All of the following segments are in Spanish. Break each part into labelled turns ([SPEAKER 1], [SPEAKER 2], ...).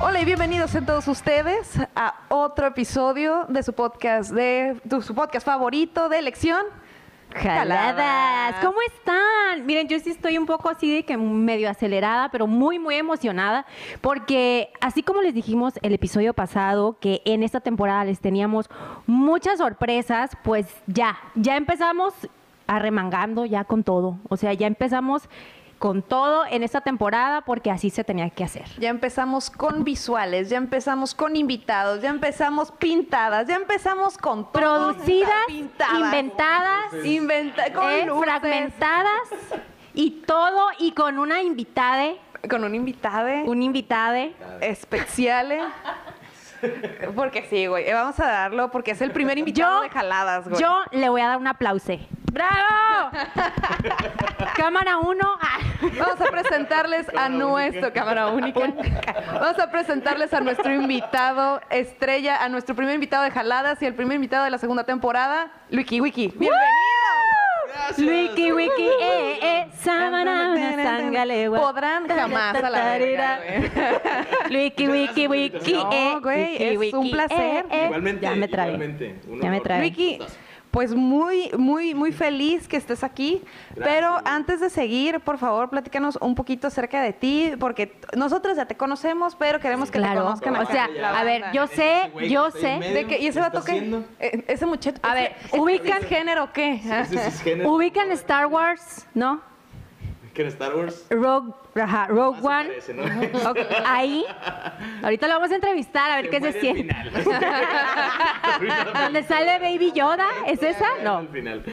[SPEAKER 1] Hola y bienvenidos a todos ustedes a otro episodio de su podcast de, de su podcast favorito de elección.
[SPEAKER 2] Jaladas.
[SPEAKER 1] Jaladas.
[SPEAKER 2] ¿Cómo están? Miren, yo sí estoy un poco así de que medio acelerada, pero muy, muy emocionada, porque así como les dijimos el episodio pasado, que en esta temporada les teníamos muchas sorpresas, pues ya, ya empezamos arremangando ya con todo. O sea, ya empezamos con todo en esta temporada porque así se tenía que hacer.
[SPEAKER 1] Ya empezamos con visuales, ya empezamos con invitados, ya empezamos pintadas, ya empezamos con todo.
[SPEAKER 2] Producidas,
[SPEAKER 1] Pintadas.
[SPEAKER 2] inventadas,
[SPEAKER 1] Inventa- con
[SPEAKER 2] eh,
[SPEAKER 1] luces.
[SPEAKER 2] fragmentadas y todo y con una invitada
[SPEAKER 1] con un invitado
[SPEAKER 2] un invitado
[SPEAKER 1] especial. eh. Porque sí, güey. eh, Vamos a darlo porque es el primer invitado
[SPEAKER 2] Yo-
[SPEAKER 1] de jaladas, güey.
[SPEAKER 2] Yo le voy a dar un aplause. ¡Bravo! Cámara 1.
[SPEAKER 1] Vamos a presentarles a nuestro cámara única. Vamos a presentarles a nuestro invitado estrella, a nuestro primer invitado de jaladas y el primer invitado de la segunda temporada, Luiki Wiki.
[SPEAKER 2] Wiki, wiki, eh, eh, sábana, una sangalegua.
[SPEAKER 1] Podrán jamás a la verga,
[SPEAKER 2] Wiki, wiki, wiki,
[SPEAKER 1] No,
[SPEAKER 2] eh.
[SPEAKER 1] güey,
[SPEAKER 2] wiki,
[SPEAKER 1] es
[SPEAKER 2] wiki,
[SPEAKER 1] un placer.
[SPEAKER 2] eh, eh.
[SPEAKER 3] Igualmente,
[SPEAKER 2] Ya me trabé.
[SPEAKER 3] igualmente. Un
[SPEAKER 2] Ya me
[SPEAKER 3] honor.
[SPEAKER 2] trabé.
[SPEAKER 1] Wiki, pues muy, muy, muy feliz que estés aquí.
[SPEAKER 3] Gracias,
[SPEAKER 1] pero
[SPEAKER 3] Wiki.
[SPEAKER 1] antes de seguir, por favor, platícanos un poquito acerca de ti, porque t- nosotros ya te conocemos, pero queremos que te
[SPEAKER 2] Claro.
[SPEAKER 1] conozcan.
[SPEAKER 2] O
[SPEAKER 1] acá
[SPEAKER 2] sea,
[SPEAKER 1] la
[SPEAKER 2] a ver,
[SPEAKER 1] banda.
[SPEAKER 2] yo sé,
[SPEAKER 3] Ese güey
[SPEAKER 2] yo
[SPEAKER 3] que está en
[SPEAKER 2] sé.
[SPEAKER 3] medio.
[SPEAKER 1] De que- ¿Y ese
[SPEAKER 3] ¿Qué
[SPEAKER 1] vato
[SPEAKER 3] está
[SPEAKER 1] qué?
[SPEAKER 3] haciendo?
[SPEAKER 1] Eh, Ese muchacho.
[SPEAKER 2] A
[SPEAKER 1] ese-
[SPEAKER 2] ver,
[SPEAKER 1] ese-
[SPEAKER 2] ubican-
[SPEAKER 1] ¿ese género qué?
[SPEAKER 3] Ese es cisgénero.
[SPEAKER 2] Ubican Star Wars, ¿no?
[SPEAKER 3] Que en Star Wars.
[SPEAKER 2] Rogue, ajá, Rogue
[SPEAKER 3] más
[SPEAKER 2] One.
[SPEAKER 3] aparece, ¿no?
[SPEAKER 2] Ok, ahí. Ahorita lo vamos a entrevistar a ver
[SPEAKER 3] Que
[SPEAKER 2] qué se
[SPEAKER 3] muere al
[SPEAKER 2] siente.
[SPEAKER 3] final. Arruinado al
[SPEAKER 2] ¿Dónde
[SPEAKER 3] final.
[SPEAKER 2] sale Baby Yoda? ¿Es esa? No.
[SPEAKER 3] Al final.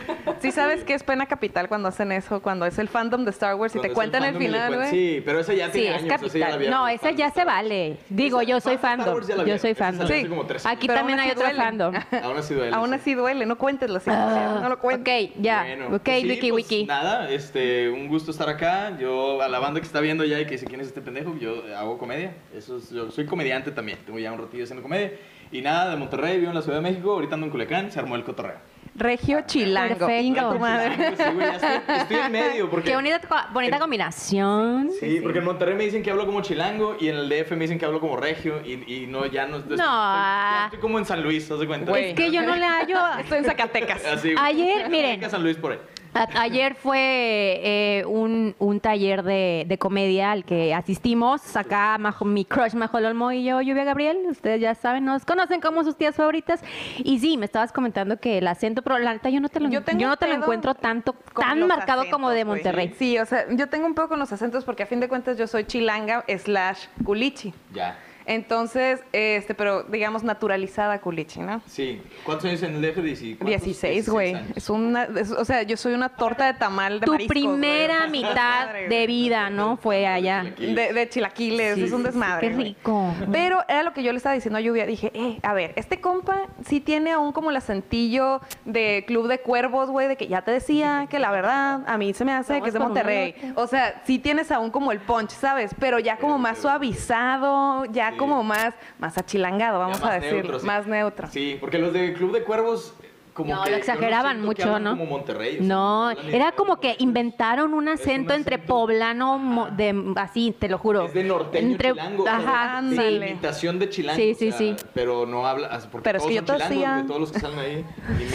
[SPEAKER 1] Sí sabes que es pena capital cuando hacen eso, cuando es el fandom de Star Wars y te
[SPEAKER 3] Cuando es
[SPEAKER 1] cuentan el
[SPEAKER 3] fandom y le
[SPEAKER 1] final,
[SPEAKER 3] cuentan-
[SPEAKER 1] güey.
[SPEAKER 3] Sí, pero esa ya
[SPEAKER 2] Sí,
[SPEAKER 3] tiene
[SPEAKER 2] es
[SPEAKER 3] años, esa ya la
[SPEAKER 2] capital.
[SPEAKER 3] había-
[SPEAKER 2] no, esa ya se vale. Digo,
[SPEAKER 3] Esa-
[SPEAKER 2] yo soy
[SPEAKER 3] Star Wars
[SPEAKER 2] fandom.
[SPEAKER 3] ya la
[SPEAKER 2] Yo
[SPEAKER 3] había-
[SPEAKER 2] soy
[SPEAKER 3] esa salió
[SPEAKER 2] fandom.
[SPEAKER 3] hace
[SPEAKER 1] Sí.
[SPEAKER 3] como tres
[SPEAKER 2] Aquí
[SPEAKER 1] Pero
[SPEAKER 2] también
[SPEAKER 1] aún
[SPEAKER 2] hay
[SPEAKER 1] así
[SPEAKER 2] otro
[SPEAKER 1] duele.
[SPEAKER 2] fandom.
[SPEAKER 3] Aún así duele.
[SPEAKER 1] Aún
[SPEAKER 3] sí.
[SPEAKER 1] así duele, no cuentes las cosas, no lo
[SPEAKER 2] Ok,
[SPEAKER 1] cuentes.
[SPEAKER 2] ya.
[SPEAKER 3] Bueno,
[SPEAKER 2] ok,
[SPEAKER 3] pues sí,
[SPEAKER 2] Wiki,
[SPEAKER 3] pues
[SPEAKER 2] Wiki.
[SPEAKER 3] Nada, este, un gusto estar acá. Yo, a la banda que está viendo ya y que dice quién es este pendejo, yo hago comedia. Eso es- yo soy comediante también. Tengo ya un ratillo haciendo comedia. Y nada, de Monterrey, vivo en la Ciudad de México. Ahorita ando en Culiacán, se armó el cotorreo.
[SPEAKER 1] Regio Chilango.
[SPEAKER 2] Perfecto.
[SPEAKER 1] Inga tu
[SPEAKER 2] Regio
[SPEAKER 1] madre.
[SPEAKER 3] Sí, güey, ya estoy, estoy en medio. Porque,
[SPEAKER 2] Qué bonita, co- bonita
[SPEAKER 3] en-
[SPEAKER 2] combinación.
[SPEAKER 3] Sí, porque en Monterrey me dicen que hablo como chilango y en el DF me dicen que hablo como regio y, y no, ya no. estoy-
[SPEAKER 2] No.
[SPEAKER 3] ya estoy como en San Luis, ¿te de cuenta?
[SPEAKER 1] Güey.
[SPEAKER 2] Es que yo no le hallo.
[SPEAKER 1] Estoy en Zacatecas.
[SPEAKER 3] Así, güey.
[SPEAKER 2] Ayer, miren.
[SPEAKER 3] Venga, San Luis por ahí.
[SPEAKER 2] A- Ayer fue eh, un, un taller de, de comedia al que asistimos. Acá Majo- mi crush Majol Olmo y yo, Lluvia Gabriel. Ustedes ya saben, nos conocen como sus tías favoritas. Y sí, me estabas comentando que el acento, pero la neta yo no te lo,
[SPEAKER 1] Yo tengo
[SPEAKER 2] yo no te lo
[SPEAKER 1] pedo
[SPEAKER 2] encuentro tanto,
[SPEAKER 1] con
[SPEAKER 2] tan
[SPEAKER 1] los
[SPEAKER 2] marcado como de
[SPEAKER 1] acentos, güey.
[SPEAKER 2] Monterrey.
[SPEAKER 1] Sí, o sea, yo tengo un poco con los acentos porque a fin de cuentas yo soy chilanga slash culichi.
[SPEAKER 3] Ya.
[SPEAKER 1] Entonces, este, pero digamos naturalizada culichi, ¿no?
[SPEAKER 3] Sí. ¿Cuántos años en el DF? Dieci- cuántos?
[SPEAKER 1] 16, güey.
[SPEAKER 3] años.
[SPEAKER 1] Es una, es- o sea, yo soy una torta de tamal de
[SPEAKER 2] Tu
[SPEAKER 1] mariscos, güey.
[SPEAKER 2] primera
[SPEAKER 1] Madre,
[SPEAKER 2] mitad
[SPEAKER 1] güey.
[SPEAKER 2] de vida, ¿no? Fue allá.
[SPEAKER 1] De, de chilaquiles,
[SPEAKER 3] Sí,
[SPEAKER 1] es un
[SPEAKER 3] sí, sí,
[SPEAKER 1] desmadre.
[SPEAKER 2] qué
[SPEAKER 1] güey.
[SPEAKER 2] rico.
[SPEAKER 1] Pero era lo que yo le estaba diciendo a Lluvia. Dije, eh, a ver, este compa sí tiene aún como el acentillo de Club de Cuervos, güey, de que ya te decía que la verdad a mí se me hace que es de
[SPEAKER 2] Vamos con un
[SPEAKER 1] Monterrey. O sea, sí tienes aún como el punch, ¿sabes? Pero ya como
[SPEAKER 3] Sí,
[SPEAKER 1] más
[SPEAKER 3] sí.
[SPEAKER 1] suavizado, ya
[SPEAKER 3] Sí.
[SPEAKER 1] como más, más achilangado,
[SPEAKER 3] Ya
[SPEAKER 1] vamos
[SPEAKER 3] más
[SPEAKER 1] a decir.
[SPEAKER 3] neutro, sí.
[SPEAKER 1] más neutro.
[SPEAKER 3] Sí, porque los de Club de Cuervos, eh, como
[SPEAKER 2] No,
[SPEAKER 3] que
[SPEAKER 2] lo
[SPEAKER 3] yo
[SPEAKER 2] exageraban
[SPEAKER 3] siento que
[SPEAKER 2] mucho,
[SPEAKER 3] hablan
[SPEAKER 2] ¿no?
[SPEAKER 3] Como Monterrey. o sea,
[SPEAKER 2] No,
[SPEAKER 3] hablan
[SPEAKER 2] era
[SPEAKER 3] literal
[SPEAKER 2] como que
[SPEAKER 3] Monterrey.
[SPEAKER 2] inventaron un
[SPEAKER 3] Es un
[SPEAKER 2] acento entre
[SPEAKER 3] acento-
[SPEAKER 2] poblano, mo-
[SPEAKER 3] Ajá.
[SPEAKER 2] de, así, te lo juro.
[SPEAKER 3] Es de norteño
[SPEAKER 2] Entre-
[SPEAKER 3] chilango. o sea,
[SPEAKER 2] Ajá,
[SPEAKER 3] de
[SPEAKER 1] ándale.
[SPEAKER 2] sí.
[SPEAKER 3] imitación de chilango.
[SPEAKER 2] Sí,
[SPEAKER 3] o
[SPEAKER 2] sí,
[SPEAKER 3] sea,
[SPEAKER 2] sí.
[SPEAKER 3] Pero no habla, así, porque
[SPEAKER 1] Pero es
[SPEAKER 3] todos
[SPEAKER 1] que yo
[SPEAKER 3] son
[SPEAKER 1] te
[SPEAKER 3] chilangos,
[SPEAKER 1] hacía-
[SPEAKER 3] de todos los que salen ahí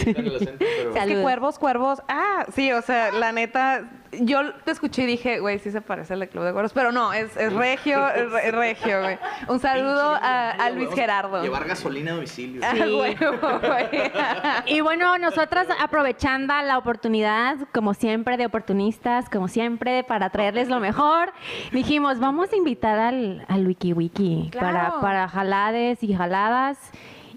[SPEAKER 3] imitan el acento, pero...
[SPEAKER 1] Es
[SPEAKER 2] Sal-
[SPEAKER 1] que
[SPEAKER 2] Saludos.
[SPEAKER 1] cuervos, cuervos. Ah, sí, o sea, la neta, yo te escuché y dije, güey, sí se parece al de Club de Cuervos, pero no, es, es regio, es re- es regio, güey. Un saludo a, a Luis Gerardo.
[SPEAKER 3] Llevar gasolina a domicilio.
[SPEAKER 1] Ah, huevo, güey.
[SPEAKER 2] Y bueno, nosotras aprovechando la oportunidad, como siempre, de oportunistas, como siempre, para traerles lo mejor, dijimos, vamos a invitar al, al Wiki Wiki
[SPEAKER 1] Claro.
[SPEAKER 2] para, para jalades y jaladas.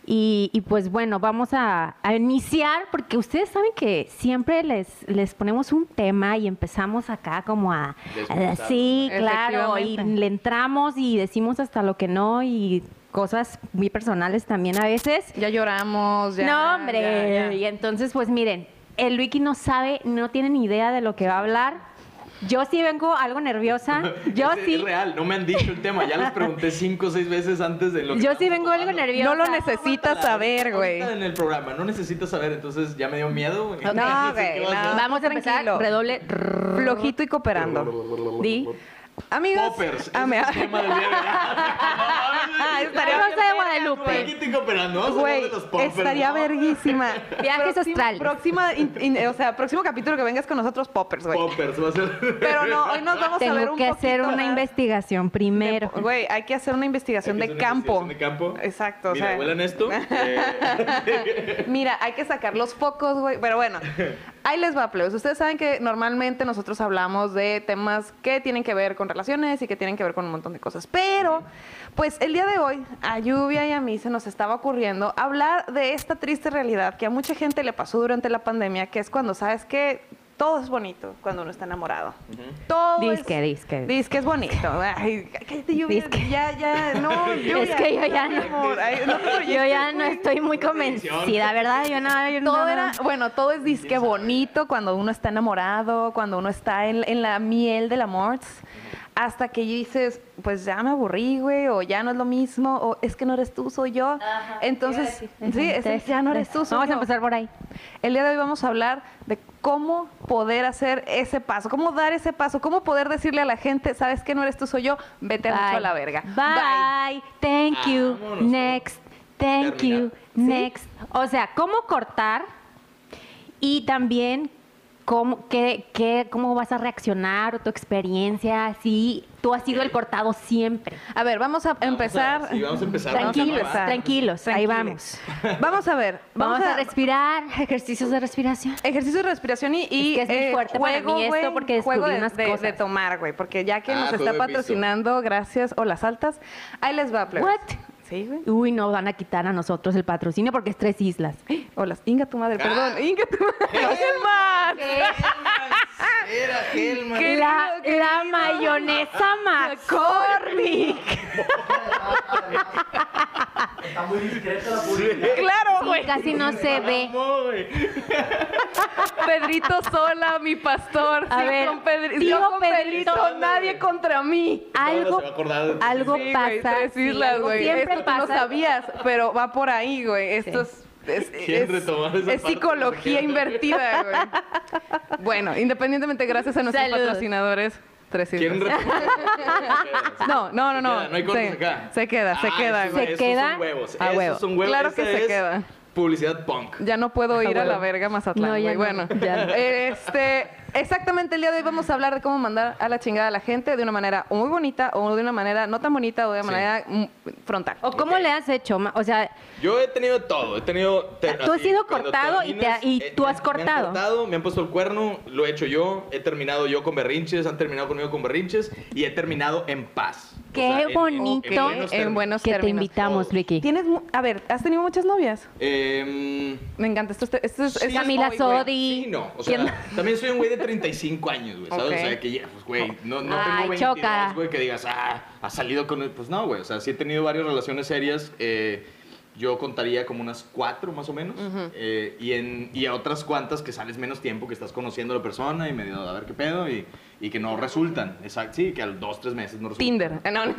[SPEAKER 2] Y, y, pues bueno, vamos a, a iniciar, porque ustedes saben que siempre les, les ponemos un tema y empezamos acá como a,
[SPEAKER 3] Desmenuzar.
[SPEAKER 2] sí, claro, y
[SPEAKER 1] Efectivamente.
[SPEAKER 2] le entramos y decimos hasta lo que no y cosas muy personales también a veces.
[SPEAKER 1] Ya lloramos, ya.
[SPEAKER 2] no, hombre.
[SPEAKER 1] ya, ya.
[SPEAKER 2] Y entonces, pues miren, el Wiki no sabe, no tiene ni idea de lo que va a hablar. Yo sí vengo algo nerviosa. Yo
[SPEAKER 3] es,
[SPEAKER 2] sí.
[SPEAKER 3] Es real, no me han dicho el tema. Ya les pregunté cinco o seis veces antes de lo que
[SPEAKER 2] Yo sí
[SPEAKER 3] estábamos
[SPEAKER 2] vengo algo
[SPEAKER 3] tomando.
[SPEAKER 2] nerviosa.
[SPEAKER 1] No lo necesitas saber, güey.
[SPEAKER 3] Ahorita en el programa, no necesitas saber, entonces ya me dio miedo. güey.
[SPEAKER 1] No,
[SPEAKER 3] Así
[SPEAKER 1] güey,
[SPEAKER 3] que vas
[SPEAKER 1] no.
[SPEAKER 3] a-
[SPEAKER 2] Vamos a empezar.
[SPEAKER 1] Tranquilo.
[SPEAKER 2] Redoble.
[SPEAKER 1] Flojito y cooperando.
[SPEAKER 2] Di.
[SPEAKER 1] Amigos,
[SPEAKER 3] Poppers.
[SPEAKER 1] ah,
[SPEAKER 3] ese
[SPEAKER 1] me-
[SPEAKER 3] es el tema del día de hoy.
[SPEAKER 1] Ah, estaría
[SPEAKER 2] La Rosa de
[SPEAKER 1] verga,
[SPEAKER 2] Guadalupe.
[SPEAKER 1] güey.
[SPEAKER 3] Aquí estoy cooperando. Vamos a hablar
[SPEAKER 1] Güey,
[SPEAKER 3] de los poppers,
[SPEAKER 1] estaría
[SPEAKER 3] ¿no?
[SPEAKER 1] verguísima.
[SPEAKER 2] Viajes
[SPEAKER 1] Próximo-
[SPEAKER 2] astrales.
[SPEAKER 1] Próxima, in- in- o sea, próximo capítulo que vengas con nosotros, poppers, güey.
[SPEAKER 3] Poppers, va a ser.
[SPEAKER 1] Pero no, hoy nos vamos a ver
[SPEAKER 2] Tengo
[SPEAKER 1] un
[SPEAKER 2] que hacer
[SPEAKER 1] poquito
[SPEAKER 2] una
[SPEAKER 1] más
[SPEAKER 2] investigación
[SPEAKER 1] de-
[SPEAKER 2] primero.
[SPEAKER 1] Güey, hay que hacer una investigación
[SPEAKER 3] Hay que
[SPEAKER 1] de
[SPEAKER 3] hacer una
[SPEAKER 1] campo.
[SPEAKER 3] investigación de campo.
[SPEAKER 1] Exacto, o
[SPEAKER 3] Mira,
[SPEAKER 1] sea.
[SPEAKER 3] huelan esto. eh,
[SPEAKER 1] Mira, hay que sacar los focos, güey. Pero bueno, ahí les va, plebes. Ustedes saben que normalmente nosotros hablamos de temas que tienen que ver con relaciones y que tienen que ver con un montón de cosas. Pero, pues el día de hoy, a Lluvia y a mí se nos estaba ocurriendo hablar de esta triste realidad que a mucha gente le pasó durante la pandemia, que es cuando sabes que todo es bonito cuando uno está enamorado. Todo
[SPEAKER 2] Disque,
[SPEAKER 1] es...
[SPEAKER 2] disque.
[SPEAKER 1] Disque es bonito. Ay, cállate, Lluvia.
[SPEAKER 2] Disque.
[SPEAKER 1] Ya, ya, no, Lluvia.
[SPEAKER 2] Es que yo ya
[SPEAKER 1] mi
[SPEAKER 2] no-
[SPEAKER 1] amor. Ay, no te
[SPEAKER 2] Yo ya
[SPEAKER 1] proyectes,
[SPEAKER 2] no
[SPEAKER 1] güey.
[SPEAKER 2] estoy muy convencida, ¿verdad? Yo no, yo
[SPEAKER 1] Todo
[SPEAKER 2] no-
[SPEAKER 1] era, bueno, todo es disque bonito cuando uno está enamorado, cuando uno está en, en la miel del amor, hasta que dices, pues ya me aburrí, güey, o ya no es lo mismo, o es que no eres tú, soy yo. Entonces,
[SPEAKER 2] Sí,
[SPEAKER 1] sí, es el
[SPEAKER 2] entonces,
[SPEAKER 1] ya no eres tú, soy
[SPEAKER 2] Vamos a
[SPEAKER 1] yo.
[SPEAKER 2] empezar por ahí.
[SPEAKER 1] El día de hoy vamos a hablar de cómo poder hacer ese paso, cómo dar ese paso, cómo poder decirle a la gente, sabes que no eres tú, soy yo, vete mucho a la verga.
[SPEAKER 2] Bye. Thank you.
[SPEAKER 3] Ah, Vámonos.
[SPEAKER 2] Next. Thank you.
[SPEAKER 1] ¿Sí?
[SPEAKER 2] Next. O sea, cómo cortar y también cómo, qué, qué- cómo vas a reaccionar o tu experiencia si tú has sido el cortado siempre.
[SPEAKER 1] A ver, vamos a empezar.
[SPEAKER 3] sí, vamos a empezar,
[SPEAKER 1] Vamos a
[SPEAKER 2] Tranquilos,
[SPEAKER 1] empezar.
[SPEAKER 2] tranquilos, ahí
[SPEAKER 1] Tranquiles. Vamos a ver.
[SPEAKER 2] Vamos, a, respirar, ejercicios de respiración.
[SPEAKER 1] Ejercicio de respiración y, y,
[SPEAKER 2] que es muy fuerte para mí esto
[SPEAKER 1] güey,
[SPEAKER 2] porque
[SPEAKER 1] juego
[SPEAKER 2] descubrí
[SPEAKER 1] de,
[SPEAKER 2] unas
[SPEAKER 1] de-
[SPEAKER 2] cosas.
[SPEAKER 1] de tomar, güey, porque ya que
[SPEAKER 3] Ah,
[SPEAKER 1] nos
[SPEAKER 3] juego
[SPEAKER 1] está
[SPEAKER 3] de pisto.
[SPEAKER 1] patrocinando, gracias, o las altas, ahí les va, plebes.
[SPEAKER 2] What?
[SPEAKER 1] Sí, güey.
[SPEAKER 2] Uy, no van a quitar a nosotros el patrocinio porque es tres islas.
[SPEAKER 1] O las, inga tu madre,
[SPEAKER 3] Ah.
[SPEAKER 1] perdón, inga tu madre, Helman.
[SPEAKER 3] Era Helman.
[SPEAKER 1] ¿Qué?
[SPEAKER 2] La,
[SPEAKER 1] Querido,
[SPEAKER 2] la mayonesa McCormick.
[SPEAKER 4] Está muy discreta la publicidad.
[SPEAKER 1] Claro, güey.
[SPEAKER 2] Sí, casi no se ve.
[SPEAKER 3] Vamos, güey.
[SPEAKER 1] Pedrito sola, mi pastor.
[SPEAKER 2] A
[SPEAKER 1] sí,
[SPEAKER 2] ver,
[SPEAKER 1] con Pedri-
[SPEAKER 2] tío
[SPEAKER 1] yo con
[SPEAKER 2] Pedrito.
[SPEAKER 1] Pedrito, nadie contra mí.
[SPEAKER 2] Algo,
[SPEAKER 3] se va a acordar de-
[SPEAKER 2] algo
[SPEAKER 1] Sí, güey,
[SPEAKER 2] pasa.
[SPEAKER 1] tres
[SPEAKER 2] sí,
[SPEAKER 1] islas,
[SPEAKER 2] algo
[SPEAKER 1] güey.
[SPEAKER 2] Siempre
[SPEAKER 1] Esto tú
[SPEAKER 2] pasa.
[SPEAKER 1] no sabías, pero va por ahí, güey. Esto es. Es,
[SPEAKER 3] ¿Quién
[SPEAKER 1] es-
[SPEAKER 3] retomar esa
[SPEAKER 1] es
[SPEAKER 3] parte?
[SPEAKER 1] psicología invertida, güey. Bueno, independientemente, gracias a nuestros
[SPEAKER 2] Saludos.
[SPEAKER 1] patrocinadores, tres
[SPEAKER 3] ¿Quieren
[SPEAKER 1] islas.
[SPEAKER 3] re-
[SPEAKER 1] No, no, no,
[SPEAKER 3] Se
[SPEAKER 1] no.
[SPEAKER 3] queda, no hay cortes
[SPEAKER 1] se,
[SPEAKER 3] acá.
[SPEAKER 1] Se queda, se
[SPEAKER 3] Ah,
[SPEAKER 1] queda,
[SPEAKER 3] esos-
[SPEAKER 1] güey.
[SPEAKER 3] esos
[SPEAKER 2] Se queda
[SPEAKER 3] son huevos.
[SPEAKER 1] a
[SPEAKER 3] esos
[SPEAKER 1] huevo.
[SPEAKER 3] son huevos.
[SPEAKER 1] Claro que
[SPEAKER 3] Esa
[SPEAKER 1] se
[SPEAKER 3] es
[SPEAKER 1] queda.
[SPEAKER 3] Publicidad punk.
[SPEAKER 1] Ya no puedo ir a
[SPEAKER 2] huevo.
[SPEAKER 1] la verga Mazatlán,
[SPEAKER 2] Ah, No, ya
[SPEAKER 1] güey.
[SPEAKER 2] no,
[SPEAKER 1] bueno,
[SPEAKER 2] ya no.
[SPEAKER 1] este, exactamente el día de hoy vamos a hablar de cómo mandar a la chingada a la gente de una manera muy bonita o de una manera no tan bonita o de una
[SPEAKER 3] Sí.
[SPEAKER 1] manera mm, frontal.
[SPEAKER 2] ¿O cómo le has hecho? ma- O sea,
[SPEAKER 3] Yo he tenido todo, he tenido... te-
[SPEAKER 2] Ah, Tú has
[SPEAKER 3] así,
[SPEAKER 2] sido
[SPEAKER 3] cuando
[SPEAKER 2] cortado y te
[SPEAKER 3] terminas,
[SPEAKER 2] ha-
[SPEAKER 3] eh,
[SPEAKER 2] y tú
[SPEAKER 3] me-
[SPEAKER 2] has
[SPEAKER 3] Me
[SPEAKER 2] cortado.
[SPEAKER 3] han cortado, me han puesto el cuerno, lo he hecho yo, he terminado yo con berrinches, han terminado conmigo con berrinches y he terminado en paz. O
[SPEAKER 2] Qué
[SPEAKER 3] sea, en- en-
[SPEAKER 2] bonito.
[SPEAKER 3] En, buenos
[SPEAKER 1] En
[SPEAKER 3] términos.
[SPEAKER 1] buenos
[SPEAKER 2] que te
[SPEAKER 1] términos.
[SPEAKER 2] invitamos, Luiki.
[SPEAKER 1] Tienes, mu- a ver, ¿has tenido muchas novias?
[SPEAKER 3] Em,
[SPEAKER 1] Me encanta. Esto, es- esto es,
[SPEAKER 3] sí,
[SPEAKER 1] es-
[SPEAKER 2] Camila
[SPEAKER 1] hoy, güey.
[SPEAKER 2] Sodi.
[SPEAKER 3] Sí, no. O sea,
[SPEAKER 1] ¿Quién?
[SPEAKER 3] también soy un güey de 35 años, güey. ¿Sabes?
[SPEAKER 1] Ok.
[SPEAKER 3] O sea, que ya, pues, güey, no, no
[SPEAKER 2] Ay,
[SPEAKER 3] tengo 22,
[SPEAKER 2] Ah, choca.
[SPEAKER 3] güey, que digas, ah, ha salido con... él. Pues no, güey. O sea, sí he tenido varias relaciones serias. eh, yo contaría como unas cuatro, más o menos. eh, y, en, y a otras cuantas que sales menos tiempo, que estás conociendo a la persona y medio a ver qué pedo y, y que no resultan. Exacto. Sí, que a los dos, tres meses no resultan.
[SPEAKER 1] Tinder. Eh, no, no.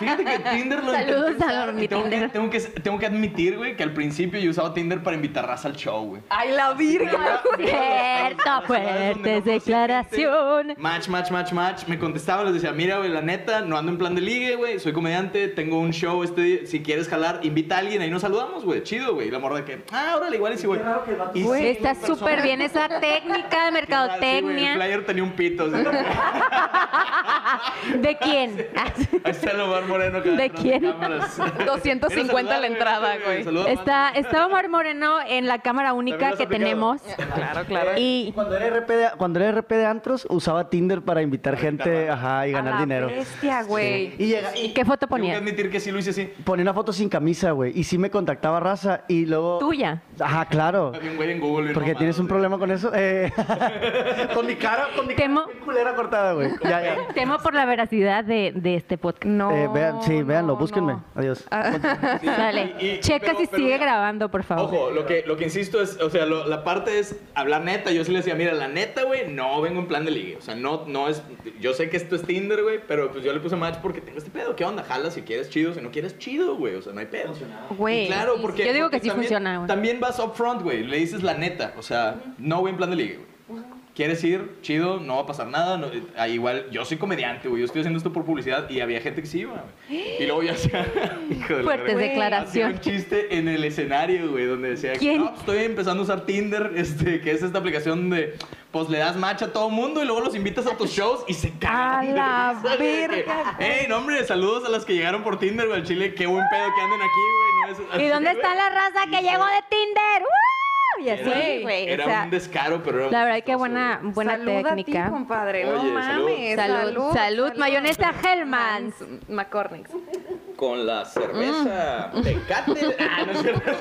[SPEAKER 3] Fíjate que Tinder lo intenté
[SPEAKER 2] Saludos a
[SPEAKER 3] usar
[SPEAKER 2] mi
[SPEAKER 3] y tengo
[SPEAKER 2] Tinder.
[SPEAKER 3] Que, tengo, que, tengo que admitir, güey, que al principio yo usaba Tinder para invitar raza al show, güey.
[SPEAKER 1] Ay, la virgen.
[SPEAKER 2] cierto, fuertes declaraciones.
[SPEAKER 3] Match, match, match, match. Me contestaba, les decía, mira, güey, la neta, no ando en plan de ligue, güey. Soy comediante, tengo un show este día. Si quieres jalar, invita a alguien, ahí nos saludamos, güey. Chido, güey. Y La morra de que, ah, órale, igual y sí, güey.
[SPEAKER 4] Qué raro que el vato-
[SPEAKER 3] Y
[SPEAKER 4] Güey,
[SPEAKER 3] sí,
[SPEAKER 2] está
[SPEAKER 3] güey, persona-
[SPEAKER 2] súper bien esa técnica de
[SPEAKER 3] Sí, güey, El
[SPEAKER 2] mercadotecnia.
[SPEAKER 3] flyer tenía un pito. así.
[SPEAKER 2] ¿De quién? Ah,
[SPEAKER 3] Ahí está el Omar Moreno. acá
[SPEAKER 2] ¿De
[SPEAKER 3] detrás
[SPEAKER 2] quién? Este
[SPEAKER 3] cámaras.
[SPEAKER 1] 250 la entrada, güey.
[SPEAKER 3] Saluda,
[SPEAKER 2] Está, está Omar Moreno en la cámara única
[SPEAKER 3] has
[SPEAKER 2] que
[SPEAKER 3] aplicado.
[SPEAKER 2] tenemos.
[SPEAKER 1] Claro, claro.
[SPEAKER 2] Y
[SPEAKER 4] Cuando era, RP de, cuando era RP de antros, usaba Tinder para invitar gente
[SPEAKER 3] banda.
[SPEAKER 4] ajá, y
[SPEAKER 2] Ah,
[SPEAKER 4] ganar
[SPEAKER 1] A la
[SPEAKER 4] dinero.
[SPEAKER 1] Bestia, güey.
[SPEAKER 4] Y llega- y
[SPEAKER 2] ¿qué foto
[SPEAKER 3] Tengo que
[SPEAKER 2] ponía?
[SPEAKER 3] admitir que sí lo hice así.
[SPEAKER 4] ponía una foto sin camisa, güey. Y sí sí me contactaba raza y luego...
[SPEAKER 2] Tuya.
[SPEAKER 4] Ajá, claro.
[SPEAKER 3] Había un güey en Google. y no
[SPEAKER 4] Porque
[SPEAKER 3] mames,
[SPEAKER 4] tienes un
[SPEAKER 3] güey.
[SPEAKER 4] problema con eso. eh, con mi cara, con mi cara
[SPEAKER 2] Temo-
[SPEAKER 4] bien culera cortada, güey. Ya, ya.
[SPEAKER 2] Temo por la veracidad de, de este podcast.
[SPEAKER 1] No.
[SPEAKER 4] Eh, vean- sí, véanlo, búsquenme. Adiós.
[SPEAKER 3] Sí,
[SPEAKER 2] Dale.
[SPEAKER 3] y- y-
[SPEAKER 2] Checa
[SPEAKER 3] pero-
[SPEAKER 2] si
[SPEAKER 3] pero
[SPEAKER 2] sigue
[SPEAKER 3] mira,
[SPEAKER 2] grabando, por favor.
[SPEAKER 3] Ojo, lo que, lo que insisto es, o sea, lo- la parte es hablar neta. Yo sí le decía, mira, la neta, güey, no vengo en plan de ligue. O sea, no, no es. Yo sé que esto es Tinder, güey, pero pues yo le puse match porque tengo este pedo. ¿Qué onda? Jala si quieres chido, si no quieres chido, güey. O sea, no hay pedo.
[SPEAKER 2] Güey,
[SPEAKER 3] Y Claro,
[SPEAKER 2] sí,
[SPEAKER 3] porque.
[SPEAKER 2] yo digo que
[SPEAKER 3] porque
[SPEAKER 2] sí
[SPEAKER 3] también-
[SPEAKER 2] funciona, güey.
[SPEAKER 3] También vas upfront, güey. Le dices la neta. O sea, no voy en plan de ligue, güey. ¿Quieres ir? Chido, no va a pasar nada. no- ah, igual, yo soy comediante, güey. Yo estoy haciendo esto por publicidad y había gente que sí iba, güey. Y luego ya se... Hijo de la
[SPEAKER 2] Fuertes
[SPEAKER 3] verga.
[SPEAKER 2] declaraciones.
[SPEAKER 3] Hacía un chiste en el escenario, güey, donde decía que,
[SPEAKER 2] ¿Quién?
[SPEAKER 3] "No, pues, estoy empezando a usar Tinder, este, que es esta aplicación de pues le das match a todo mundo y luego los invitas a tus shows y se cagan. de
[SPEAKER 1] la
[SPEAKER 3] risa, güey, de que,
[SPEAKER 1] verga,
[SPEAKER 3] Ey, no, hombre, saludos a las que llegaron por Tinder, güey, al Chile, qué buen pedo que anden aquí, güey. no es-
[SPEAKER 2] ¿Y dónde
[SPEAKER 3] güey,
[SPEAKER 2] está la raza que llegó de Tinder? ¡Uh! Y
[SPEAKER 3] Era,
[SPEAKER 2] así, güey.
[SPEAKER 3] era
[SPEAKER 2] o sea,
[SPEAKER 3] un descaro, pero era
[SPEAKER 2] la
[SPEAKER 3] muy
[SPEAKER 2] verdad que
[SPEAKER 3] chistoso,
[SPEAKER 2] buena,
[SPEAKER 3] güey.
[SPEAKER 2] buena
[SPEAKER 1] Saluda a ti,
[SPEAKER 2] técnica.
[SPEAKER 1] compadre.
[SPEAKER 3] Oye,
[SPEAKER 1] no mames.
[SPEAKER 2] salud.
[SPEAKER 1] Salud,
[SPEAKER 2] Salud, salud. Mayonesa Hellmann's.
[SPEAKER 1] McCormick's.
[SPEAKER 3] Con la cerveza.
[SPEAKER 2] Mm.
[SPEAKER 3] Tecate. Ah, no es cierto.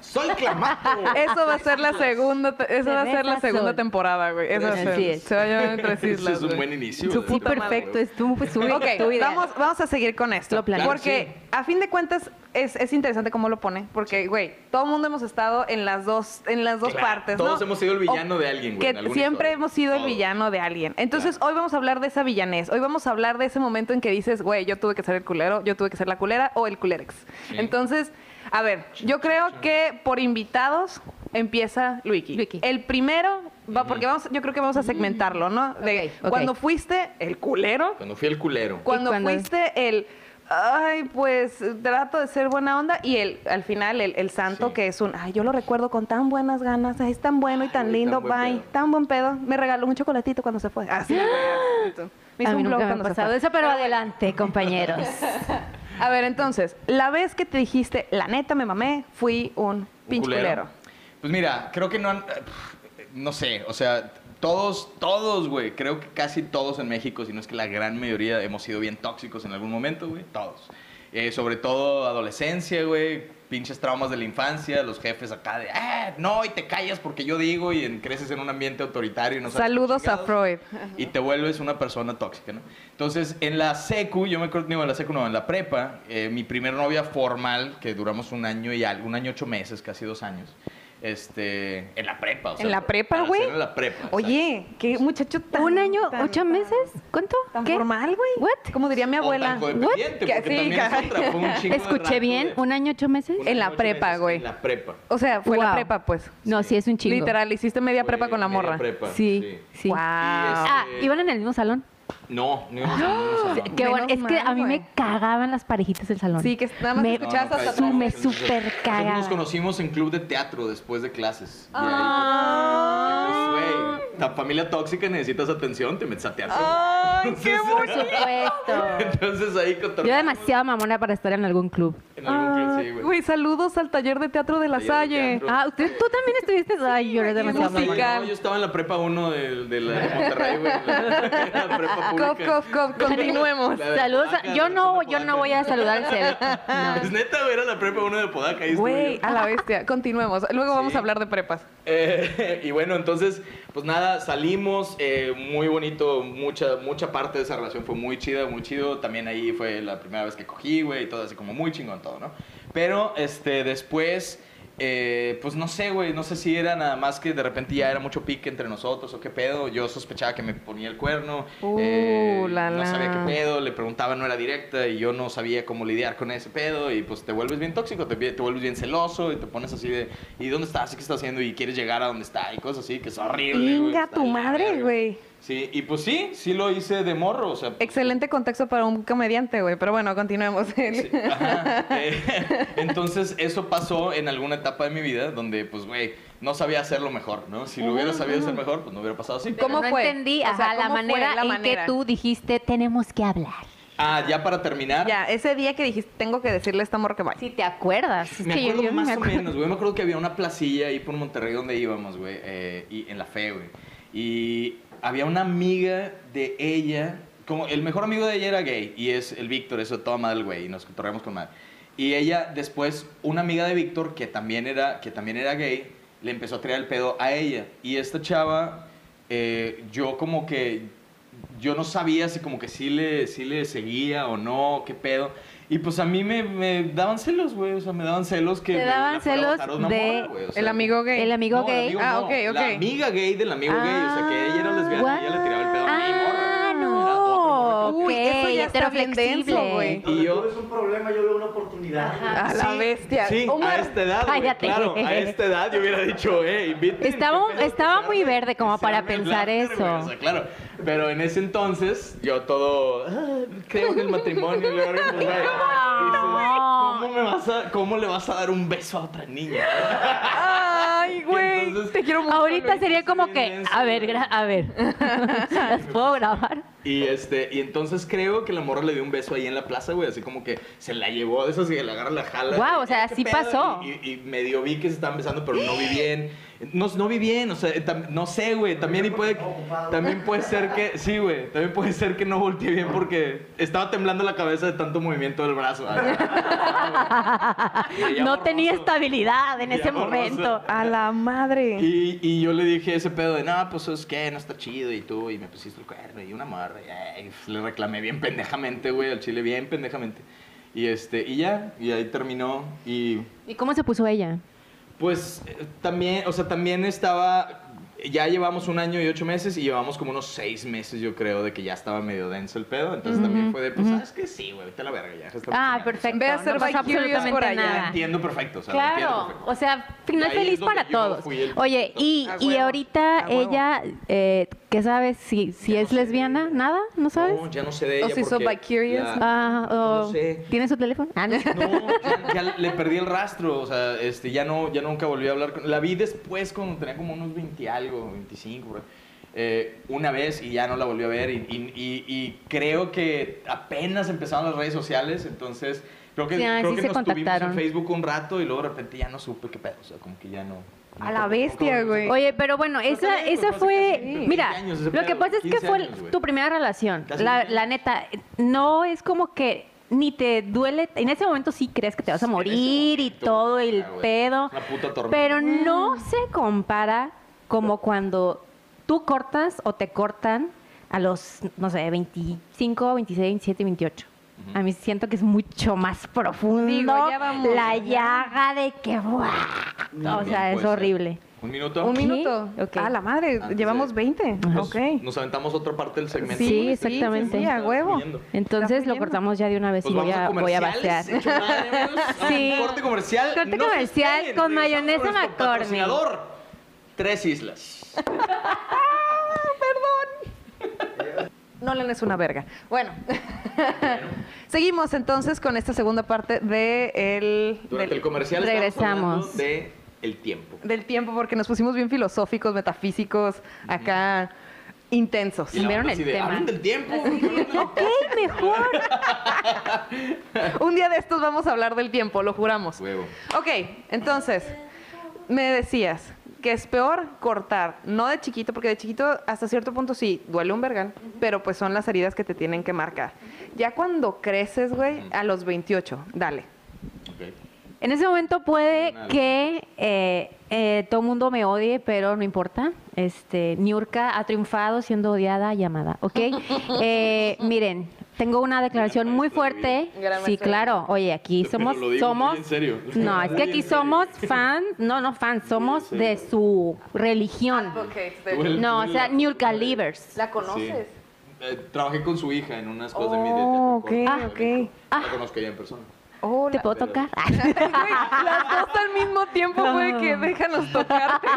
[SPEAKER 3] Soy clamato.
[SPEAKER 2] Eh,
[SPEAKER 1] Eso va a ser la segunda, te- eso va a ser la
[SPEAKER 2] Cerveza
[SPEAKER 1] segunda
[SPEAKER 2] Sol.
[SPEAKER 1] temporada, güey. Eso va a
[SPEAKER 2] Así
[SPEAKER 1] ser.
[SPEAKER 2] es.
[SPEAKER 1] Se va a llamar Tres
[SPEAKER 3] Ese
[SPEAKER 1] Islas.
[SPEAKER 3] es un
[SPEAKER 1] güey.
[SPEAKER 3] buen inicio.
[SPEAKER 1] Su
[SPEAKER 3] de-
[SPEAKER 2] Sí,
[SPEAKER 1] puta madre,
[SPEAKER 2] perfecto,
[SPEAKER 3] güey.
[SPEAKER 2] es tu, pues, tu, tu
[SPEAKER 1] Ok,
[SPEAKER 2] idea.
[SPEAKER 1] vamos, vamos a seguir con esto.
[SPEAKER 2] Lo planifico.
[SPEAKER 1] Porque a fin de cuentas es, es interesante cómo lo pone. Porque, güey, todo el mundo hemos estado en las dos, en las dos
[SPEAKER 3] Claro,
[SPEAKER 1] partes.
[SPEAKER 3] todos
[SPEAKER 1] ¿no?
[SPEAKER 3] hemos sido el villano
[SPEAKER 1] O-
[SPEAKER 3] de alguien, güey,
[SPEAKER 1] Que
[SPEAKER 3] en alguna
[SPEAKER 1] siempre
[SPEAKER 3] historia.
[SPEAKER 1] hemos sido el
[SPEAKER 3] Todos.
[SPEAKER 1] villano de alguien. Entonces,
[SPEAKER 3] Claro.
[SPEAKER 1] hoy vamos a hablar de esa villanez. Hoy vamos a hablar de ese momento en que dices, güey, yo tuve que ser el culero, yo tuve que ser la culera o el culerex.
[SPEAKER 3] Sí.
[SPEAKER 1] Entonces, a ver, yo creo que por invitados empieza Luiki.
[SPEAKER 2] Luiki.
[SPEAKER 1] El primero, va, porque vamos, yo creo que vamos a segmentarlo, ¿no? De
[SPEAKER 2] Ok, ok.
[SPEAKER 1] cuando fuiste el culero
[SPEAKER 3] Cuando fui el culero.
[SPEAKER 1] cuando,
[SPEAKER 2] Y cuando-
[SPEAKER 1] fuiste el ay pues trato de ser buena onda y el al final el, el santo
[SPEAKER 3] Sí.
[SPEAKER 1] que es un ay yo lo recuerdo con tan buenas ganas ay, es tan bueno y tan
[SPEAKER 3] Ay,
[SPEAKER 1] lindo
[SPEAKER 3] tan buen
[SPEAKER 1] bye
[SPEAKER 3] pedo. Ah,
[SPEAKER 1] tan buen pedo me regaló un chocolatito cuando se fue así me
[SPEAKER 2] A
[SPEAKER 1] hizo un blog
[SPEAKER 2] mí nunca me ha
[SPEAKER 1] cuando se
[SPEAKER 2] pasado
[SPEAKER 1] fue.
[SPEAKER 2] eso, pero adelante, compañeros.
[SPEAKER 1] a ver entonces la vez que te dijiste la neta me mamé fui un
[SPEAKER 3] Un
[SPEAKER 1] pinche culero
[SPEAKER 3] Pues mira, creo que no han. eh, pff, No sé, o sea, todos, todos, güey. Creo que casi todos en México, si no es que la gran mayoría, hemos sido bien tóxicos en algún momento, güey. Todos. Eh, sobre todo adolescencia, güey. Pinches traumas de la infancia, los jefes acá de, ah, no, y te callas porque yo digo, y en- creces en un ambiente autoritario. Y no sabes qué
[SPEAKER 1] saludos a
[SPEAKER 3] chingados.
[SPEAKER 1] Freud
[SPEAKER 3] y te vuelves una persona tóxica, ¿no? Entonces, en la secu, yo me acuerdo, digo, en la secu no, en la prepa, eh, mi primer novia formal, que duramos un año y algo, un año ocho meses, casi dos años, este, en la prepa, o sea.
[SPEAKER 1] ¿En la prepa,
[SPEAKER 3] para
[SPEAKER 1] güey?
[SPEAKER 3] ser En la prepa.
[SPEAKER 1] oye qué muchacho tan
[SPEAKER 2] ¿Un año,
[SPEAKER 1] tan-
[SPEAKER 2] ocho meses? ¿cuánto?
[SPEAKER 1] tan
[SPEAKER 2] ¿Qué?
[SPEAKER 1] formal güey
[SPEAKER 2] What?
[SPEAKER 1] como diría mi abuela
[SPEAKER 3] O tan codependiente,
[SPEAKER 1] What? Que-
[SPEAKER 3] porque
[SPEAKER 1] sí,
[SPEAKER 3] también es
[SPEAKER 1] caray.
[SPEAKER 3] otra, fue un chingo de
[SPEAKER 2] ¿Escuché
[SPEAKER 3] rato
[SPEAKER 2] bien?
[SPEAKER 3] de-
[SPEAKER 2] ¿Un año, ocho meses?
[SPEAKER 3] un
[SPEAKER 1] En
[SPEAKER 3] año,
[SPEAKER 1] la
[SPEAKER 3] ocho
[SPEAKER 1] prepa,
[SPEAKER 3] meses,
[SPEAKER 1] güey.
[SPEAKER 3] En la prepa.
[SPEAKER 1] O sea, fue la
[SPEAKER 2] Wow.
[SPEAKER 1] prepa, pues.
[SPEAKER 2] No, sí, es un chingo.
[SPEAKER 1] Literal, hiciste media
[SPEAKER 3] Fue
[SPEAKER 1] prepa con la
[SPEAKER 3] media
[SPEAKER 1] morra.
[SPEAKER 3] prepa,
[SPEAKER 2] Sí, sí.
[SPEAKER 1] Wow.
[SPEAKER 2] Ah, ¿iban en el mismo salón?
[SPEAKER 3] No, no íbamos a ningún salón.
[SPEAKER 2] Qué bueno,
[SPEAKER 1] Menos
[SPEAKER 2] es que
[SPEAKER 1] mal,
[SPEAKER 2] a mí
[SPEAKER 1] güey.
[SPEAKER 2] me cagaban las parejitas del salón.
[SPEAKER 1] Sí, que nada más
[SPEAKER 2] Me-
[SPEAKER 1] escuchabas
[SPEAKER 3] No, no,
[SPEAKER 1] hasta
[SPEAKER 3] cállate.
[SPEAKER 1] atrás.
[SPEAKER 2] me super
[SPEAKER 3] Nosotros Nos
[SPEAKER 2] cagaba.
[SPEAKER 3] conocimos en club de teatro después de clases. Y ahí fue
[SPEAKER 1] Ah.
[SPEAKER 3] Pues, güey, la familia tóxica necesitas atención, te metes a teatro.
[SPEAKER 1] Ah. ¡Ay, qué
[SPEAKER 3] Entonces-
[SPEAKER 2] Por supuesto.
[SPEAKER 3] Entonces ahí
[SPEAKER 2] Yo
[SPEAKER 3] cotorreamos
[SPEAKER 2] demasiado mamona para estar en algún club.
[SPEAKER 3] En algún club, sí,
[SPEAKER 1] bonito!
[SPEAKER 3] güey.
[SPEAKER 1] Güey, saludos al taller de teatro de La
[SPEAKER 3] Taller de
[SPEAKER 1] Salle.
[SPEAKER 3] teatro.
[SPEAKER 2] Ah, ¿usted, tú también estuviste. Ay, yo eres
[SPEAKER 1] güey,
[SPEAKER 2] demasiado
[SPEAKER 1] música.
[SPEAKER 2] mamona.
[SPEAKER 3] No, yo estaba en la prepa 1 de, de la de Monterrey, güey. La, la prepa pública.
[SPEAKER 1] Cof, cof, cof, continuemos.
[SPEAKER 3] La de
[SPEAKER 2] Saludos. a-
[SPEAKER 3] Podaca,
[SPEAKER 2] yo
[SPEAKER 3] la
[SPEAKER 2] no,
[SPEAKER 3] versión de
[SPEAKER 2] yo no
[SPEAKER 3] Podaca.
[SPEAKER 2] voy a saludar al Cel.
[SPEAKER 3] Es Pues, neta, güey, era la prepa 1 de Podaca. ahí estuve
[SPEAKER 1] Güey,
[SPEAKER 3] yo.
[SPEAKER 1] a la bestia. Continuemos. Luego vamos
[SPEAKER 3] Sí.
[SPEAKER 1] a hablar de prepas.
[SPEAKER 3] Eh, y bueno, entonces, pues nada, salimos, eh, muy bonito, mucha, mucha parte de esa relación fue muy chida, muy chido. También ahí fue la primera vez que cogí, güey, y todo así como muy chingón todo, ¿no? Pero, este, después, eh, pues no sé, güey, no sé si era nada más que de repente ya era mucho pique entre nosotros o qué pedo. Yo sospechaba que me ponía el cuerno,
[SPEAKER 1] Uh,
[SPEAKER 3] eh,
[SPEAKER 1] la,
[SPEAKER 3] no
[SPEAKER 1] la.
[SPEAKER 3] sabía qué pedo, le preguntaba, no era directa y yo no sabía cómo lidiar con ese pedo y pues te vuelves bien tóxico, te, vi- te vuelves bien celoso y te pones así de, ¿y dónde estás? ¿Y qué estás haciendo? Y quieres llegar a donde está y cosas así, que es horrible. güey,
[SPEAKER 1] Inga
[SPEAKER 3] está
[SPEAKER 1] tu
[SPEAKER 3] de la
[SPEAKER 1] madre,
[SPEAKER 3] verga.
[SPEAKER 1] güey.
[SPEAKER 3] Sí, y pues sí, sí lo hice de morro, o sea. pues,
[SPEAKER 1] Excelente contexto para un comediante, güey. Pero bueno, continuemos.
[SPEAKER 3] Sí, ajá. Eh, entonces, eso pasó en alguna etapa de mi vida donde, pues, güey, no sabía hacerlo mejor, ¿no? Si lo hubiera sabido hacer mejor, pues no hubiera pasado así.
[SPEAKER 1] ¿Cómo
[SPEAKER 2] no
[SPEAKER 1] fue?
[SPEAKER 2] entendí,
[SPEAKER 1] O sea,
[SPEAKER 2] ajá, la
[SPEAKER 1] ¿cómo fue
[SPEAKER 2] manera
[SPEAKER 1] la
[SPEAKER 2] en
[SPEAKER 1] manera?
[SPEAKER 2] que tú dijiste, tenemos que hablar.
[SPEAKER 3] Ah, ya para terminar.
[SPEAKER 1] Ya, ese día que dijiste, tengo que decirle a esta morra que vaya.
[SPEAKER 2] Si te acuerdas. Es
[SPEAKER 3] Me
[SPEAKER 2] que yo-
[SPEAKER 3] acuerdo
[SPEAKER 2] yo no
[SPEAKER 3] más
[SPEAKER 2] me
[SPEAKER 3] o
[SPEAKER 2] acuerdo.
[SPEAKER 3] menos, güey. Me acuerdo que había una placilla ahí por Monterrey donde íbamos, güey. eh, y en la fe, güey. Y había una amiga de ella. Como el mejor amigo de ella era gay. Y es el Víctor, eso toda madre el güey. Y nos cotorreamos con madre. Y ella después, una amiga de Víctor, que también era, que también era gay, le empezó a tirar el pedo a ella. Y esta chava, eh, yo como que, yo no sabía si como que sí le, sí le seguía o no, qué pedo. Y pues a mí me, me daban celos, güey, o sea, me daban celos que...
[SPEAKER 2] Te
[SPEAKER 3] me
[SPEAKER 2] daban
[SPEAKER 3] la fuera a
[SPEAKER 2] celos
[SPEAKER 3] botar una
[SPEAKER 2] de
[SPEAKER 3] güey, o sea,
[SPEAKER 1] El amigo gay.
[SPEAKER 2] El amigo
[SPEAKER 3] no, el
[SPEAKER 2] gay.
[SPEAKER 1] Ah,
[SPEAKER 3] no,
[SPEAKER 1] ok, ok.
[SPEAKER 3] La amiga gay del amigo gay, o sea, que ella era lesbiana y ella le tiraba el pedo a mi
[SPEAKER 2] Ah,
[SPEAKER 3] morra. Era
[SPEAKER 2] no.
[SPEAKER 3] otro
[SPEAKER 1] Uy, eso ya está bien
[SPEAKER 2] heteroflexible.
[SPEAKER 1] denso, güey.
[SPEAKER 3] Y yo-
[SPEAKER 5] es un problema, yo veo una oportunidad.
[SPEAKER 1] A la bestia.
[SPEAKER 3] Sí,
[SPEAKER 1] Omar,
[SPEAKER 3] a esta edad, güey,
[SPEAKER 2] cállate.
[SPEAKER 3] claro, a esta edad yo hubiera dicho, eh, invítame.
[SPEAKER 2] Estaba- estaba muy verde como para pensar eso.
[SPEAKER 3] claro, pero en ese entonces yo todo, "Ah, creo que el matrimonio, le va a güey. Dices, ¿Cómo me vas a, cómo le vas a dar un beso a otra niña?
[SPEAKER 1] Ay, güey.
[SPEAKER 3] Entonces-
[SPEAKER 1] te quiero mucho.
[SPEAKER 2] Ahorita
[SPEAKER 1] Luis.
[SPEAKER 2] sería como que,
[SPEAKER 3] denso,
[SPEAKER 2] a ver,
[SPEAKER 3] güey.
[SPEAKER 2] gra- a ver, ¿las puedo grabar?
[SPEAKER 3] Y este, y entonces creo que la morra le dio un beso ahí en la plaza, güey, así como que se la llevó de esas y le agarra la jala.
[SPEAKER 2] Guau,
[SPEAKER 3] güey,
[SPEAKER 2] o sea,
[SPEAKER 3] ¿qué
[SPEAKER 2] sí
[SPEAKER 3] pedo?
[SPEAKER 2] pasó.
[SPEAKER 3] Y, y- y medio vi que se estaban besando, pero no vi bien. No, no vi bien, o sea, tam- no sé, güey, también y puede también puede ser que sí, güey, también puede ser que no volteé bien porque estaba temblando la cabeza de tanto movimiento del brazo. Veía
[SPEAKER 2] No tenía
[SPEAKER 3] borroso.
[SPEAKER 2] estabilidad en
[SPEAKER 3] Veía
[SPEAKER 2] ese
[SPEAKER 3] borroso.
[SPEAKER 2] momento.
[SPEAKER 1] A la madre.
[SPEAKER 3] Y, y yo le dije ese pedo de, no, pues es que no está chido y tú, y me pusiste el cuerno y una morra, y, ay, pues, le reclamé bien pendejamente, güey, al chile, bien pendejamente. Y este, y ya, y ahí terminó. Y
[SPEAKER 2] ¿Y cómo se puso ella?
[SPEAKER 3] pues eh, también, o sea, también estaba, ya llevamos un año y ocho meses y llevamos como unos seis meses, yo creo, de que ya estaba medio denso el pedo. Entonces también fue de, pues, ¿sabes qué? Sí, güey, vete a la verga ya. está
[SPEAKER 2] Ah, perfecto.
[SPEAKER 3] funcionando,
[SPEAKER 1] Ve a ser
[SPEAKER 2] no pasa
[SPEAKER 1] by curious
[SPEAKER 2] absolutamente
[SPEAKER 1] por
[SPEAKER 3] o sea,
[SPEAKER 1] allá.
[SPEAKER 2] nada.
[SPEAKER 3] ya entiendo perfecto, o sea, lo entiendo
[SPEAKER 2] Claro,
[SPEAKER 3] perfecto.
[SPEAKER 2] o sea, final
[SPEAKER 3] Y ahí es
[SPEAKER 2] feliz
[SPEAKER 3] donde
[SPEAKER 2] para
[SPEAKER 3] yo
[SPEAKER 2] todos.
[SPEAKER 3] fui el-
[SPEAKER 2] Oye, y,
[SPEAKER 1] A
[SPEAKER 2] y
[SPEAKER 1] huevo,
[SPEAKER 2] ahorita
[SPEAKER 1] a huevo.
[SPEAKER 2] ella, eh, ¿qué sabes? Si, si
[SPEAKER 3] Ya no
[SPEAKER 2] es
[SPEAKER 3] sé.
[SPEAKER 2] lesbiana, nada, ¿no sabes?
[SPEAKER 3] No, ya no sé de
[SPEAKER 1] O
[SPEAKER 3] ella.
[SPEAKER 1] si hizo
[SPEAKER 3] porque
[SPEAKER 1] by curious.
[SPEAKER 3] la-
[SPEAKER 2] Ah,
[SPEAKER 3] no
[SPEAKER 2] o-
[SPEAKER 3] sé.
[SPEAKER 2] ¿Tiene su teléfono? Ah, no.
[SPEAKER 3] No, ya, ya le perdí el rastro, o sea, este, ya no, ya nunca volví a hablar con... La vi después cuando tenía como unos 20 y algo, 25, por ahí, eh, una vez y ya no la volví a ver y, y- y- y creo que apenas empezaron las redes sociales, entonces creo que,
[SPEAKER 2] Sí, ah,
[SPEAKER 3] creo
[SPEAKER 2] sí
[SPEAKER 3] que
[SPEAKER 2] se
[SPEAKER 3] nos tuvimos
[SPEAKER 2] contactaron.
[SPEAKER 3] en Facebook un rato y luego de repente ya no supe qué pedo, o sea, como que ya no...
[SPEAKER 1] A la bestia, güey.
[SPEAKER 2] Oye, pero bueno, esa,
[SPEAKER 3] bien,
[SPEAKER 2] esa
[SPEAKER 3] pues, hace
[SPEAKER 2] fue.
[SPEAKER 3] casi 20
[SPEAKER 2] Mira,
[SPEAKER 3] años ese
[SPEAKER 2] lo que
[SPEAKER 3] pedo,
[SPEAKER 2] pasa es que
[SPEAKER 3] 15
[SPEAKER 2] fue
[SPEAKER 3] años, güey.
[SPEAKER 2] tu primera relación.
[SPEAKER 3] Casi
[SPEAKER 2] La,
[SPEAKER 3] 20
[SPEAKER 2] la neta, no es como que ni te duele. En ese momento sí crees que te vas a
[SPEAKER 3] En ese
[SPEAKER 2] morir y
[SPEAKER 3] momento,
[SPEAKER 2] todo el
[SPEAKER 3] ah, güey,
[SPEAKER 2] pedo.
[SPEAKER 3] es una puta tormenta.
[SPEAKER 2] Pero no se compara como cuando tú cortas o te cortan a los, no sé, 25, 26, 27, 28. A mí siento que es mucho más profundo
[SPEAKER 1] Digo, ya vamos,
[SPEAKER 2] la
[SPEAKER 1] ya.
[SPEAKER 2] llaga de que, ¡buah! o
[SPEAKER 3] También
[SPEAKER 2] sea, es
[SPEAKER 3] puede ser.
[SPEAKER 2] horrible.
[SPEAKER 3] Un minuto.
[SPEAKER 1] Un
[SPEAKER 2] ¿Qué?
[SPEAKER 1] minuto.
[SPEAKER 2] Ok.
[SPEAKER 1] A la madre.
[SPEAKER 3] Antes de-
[SPEAKER 1] Llevamos 20.
[SPEAKER 3] Ah, Nos,
[SPEAKER 1] Ok.
[SPEAKER 3] nos aventamos otra parte del segmento.
[SPEAKER 2] Sí,
[SPEAKER 3] Porque este-
[SPEAKER 2] exactamente.
[SPEAKER 1] Sí, a huevo.
[SPEAKER 3] fluyendo.
[SPEAKER 2] Entonces
[SPEAKER 1] Está
[SPEAKER 2] lo
[SPEAKER 1] fluyendo.
[SPEAKER 2] cortamos ya de una vez
[SPEAKER 3] Pues
[SPEAKER 2] y voy
[SPEAKER 3] vamos
[SPEAKER 2] a,
[SPEAKER 3] a
[SPEAKER 2] voy a vaciar.
[SPEAKER 3] comerciales, hecho madre, vamos a un
[SPEAKER 2] Sí.
[SPEAKER 3] Corte comercial.
[SPEAKER 2] Corte
[SPEAKER 3] No se
[SPEAKER 2] comercial
[SPEAKER 3] despeguen,
[SPEAKER 2] con
[SPEAKER 3] regresamos
[SPEAKER 2] mayonesa
[SPEAKER 3] con nuestro
[SPEAKER 2] McCormick.
[SPEAKER 3] patrocinador, Tres islas.
[SPEAKER 1] Nolan es una verga. Bueno. Seguimos entonces con esta segunda parte de el,
[SPEAKER 3] Durante
[SPEAKER 1] del-
[SPEAKER 3] el comercial
[SPEAKER 2] regresamos.
[SPEAKER 3] estamos de el tiempo.
[SPEAKER 1] del tiempo porque nos pusimos bien filosóficos, metafísicos, acá intensos.
[SPEAKER 3] Y la
[SPEAKER 2] ¿Vieron
[SPEAKER 3] banda
[SPEAKER 2] el
[SPEAKER 3] así de,
[SPEAKER 2] tema?
[SPEAKER 3] "Hablen del tiempo.
[SPEAKER 2] Ok, mejor.
[SPEAKER 1] Un día de estos vamos a hablar del tiempo, lo juramos.
[SPEAKER 3] Huevo.
[SPEAKER 1] Ok, entonces, me decías que es peor cortar, no de chiquito, porque de chiquito hasta cierto punto sí duele un vergal, pero pues son las heridas que te tienen que marcar. Ya cuando creces, güey, a los 28, dale.
[SPEAKER 3] Ok.
[SPEAKER 2] En ese momento puede
[SPEAKER 3] Mal.
[SPEAKER 2] que eh, eh, todo el mundo me odie, pero no importa. Este, Niurka ha triunfado siendo odiada y amada, ¿ok? Eh, miren, tengo una declaración
[SPEAKER 3] Gran
[SPEAKER 2] muy
[SPEAKER 3] maestra de
[SPEAKER 2] fuerte.
[SPEAKER 1] vida. Gran
[SPEAKER 2] Sí,
[SPEAKER 1] maestra de
[SPEAKER 2] claro. Oye, aquí
[SPEAKER 3] Pero
[SPEAKER 2] somos,
[SPEAKER 3] lo digo
[SPEAKER 2] somos.
[SPEAKER 3] muy en serio.
[SPEAKER 2] No, es que aquí somos fan, no, no fan, somos
[SPEAKER 3] en serio.
[SPEAKER 2] de su religión.
[SPEAKER 3] Duele.
[SPEAKER 2] No, o sea, Niurka Livers.
[SPEAKER 1] Ah, ¿La
[SPEAKER 3] Sí. Eh, trabajé con su hija en unas cosas de mi
[SPEAKER 1] Oh,
[SPEAKER 3] de- de-
[SPEAKER 1] ok,
[SPEAKER 3] de-
[SPEAKER 1] ok.
[SPEAKER 3] de-
[SPEAKER 2] Ah.
[SPEAKER 3] La conozco ya en persona.
[SPEAKER 2] ¿Te puedo tocar?
[SPEAKER 1] las dos al mismo tiempo, güey, que déjanos tocarte.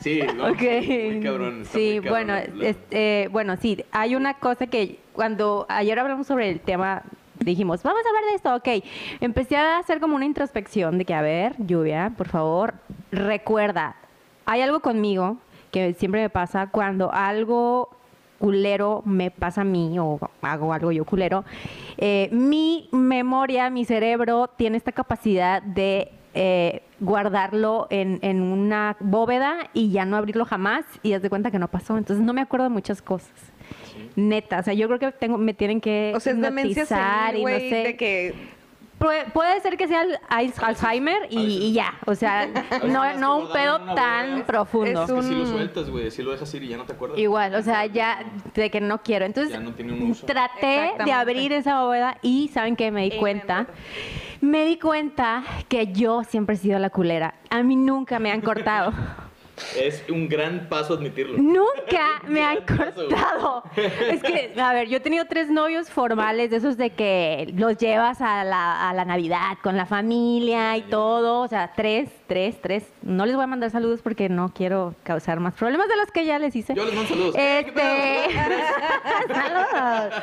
[SPEAKER 3] Sí, no,
[SPEAKER 2] Ok.
[SPEAKER 3] muy cabrón. está
[SPEAKER 2] Sí,
[SPEAKER 3] muy cabrón
[SPEAKER 2] bueno,
[SPEAKER 3] la- la-
[SPEAKER 2] este, bueno, sí, hay una cosa que cuando ayer hablamos sobre el tema, dijimos, vamos a hablar de esto, ok. Empecé a hacer como una introspección de que, a ver, lluvia, por favor, recuerda, hay algo conmigo que siempre me pasa cuando algo culero me pasa a mí o hago algo yo culero, eh, mi memoria, mi cerebro tiene esta capacidad de eh, guardarlo en, en una bóveda y ya no abrirlo jamás y haz de cuenta que no pasó. Entonces no me acuerdo de muchas cosas. Neta, o sea, yo creo que tengo, me tienen que
[SPEAKER 1] O sea, es demencia
[SPEAKER 2] hipnotizar
[SPEAKER 1] senil,
[SPEAKER 2] y no
[SPEAKER 1] güey,
[SPEAKER 2] sé.
[SPEAKER 1] de que
[SPEAKER 2] Pue- Puede ser que sea el Alz- Alzheimer y, y ya. O sea,
[SPEAKER 3] veces
[SPEAKER 2] no,
[SPEAKER 3] más
[SPEAKER 2] no
[SPEAKER 3] que
[SPEAKER 2] un
[SPEAKER 3] guardarlo en
[SPEAKER 2] pedo
[SPEAKER 3] una ¿eh?
[SPEAKER 2] tan
[SPEAKER 3] bodega.
[SPEAKER 2] profundo.
[SPEAKER 1] Es
[SPEAKER 3] Es que si lo
[SPEAKER 1] un-
[SPEAKER 3] sueltas, güey, si lo dejas ir y ya no te acuerdas.
[SPEAKER 2] Mm. Igual, o sea, ya de que no quiero. Entonces,
[SPEAKER 3] Ya no tiene un uso.
[SPEAKER 2] traté de
[SPEAKER 1] Exactamente.
[SPEAKER 2] abrir esa bóveda y ¿saben qué? Me di
[SPEAKER 1] Y me
[SPEAKER 2] cuenta.
[SPEAKER 1] encuentro.
[SPEAKER 2] Me di cuenta que yo siempre he sido la culera. A mí nunca me han cortado.
[SPEAKER 3] Es un gran paso admitirlo.
[SPEAKER 2] Nunca me han
[SPEAKER 3] Gran paso, güey.
[SPEAKER 2] cortado. Es que, a ver, yo he tenido tres novios formales, de esos de que los llevas a la, a la Navidad con la familia y todo. O sea, tres, tres, tres. No les voy a mandar saludos porque no quiero causar más problemas de los que ya les hice.
[SPEAKER 3] Yo les mando saludos. ¡Eh, qué
[SPEAKER 2] Este. Saludos.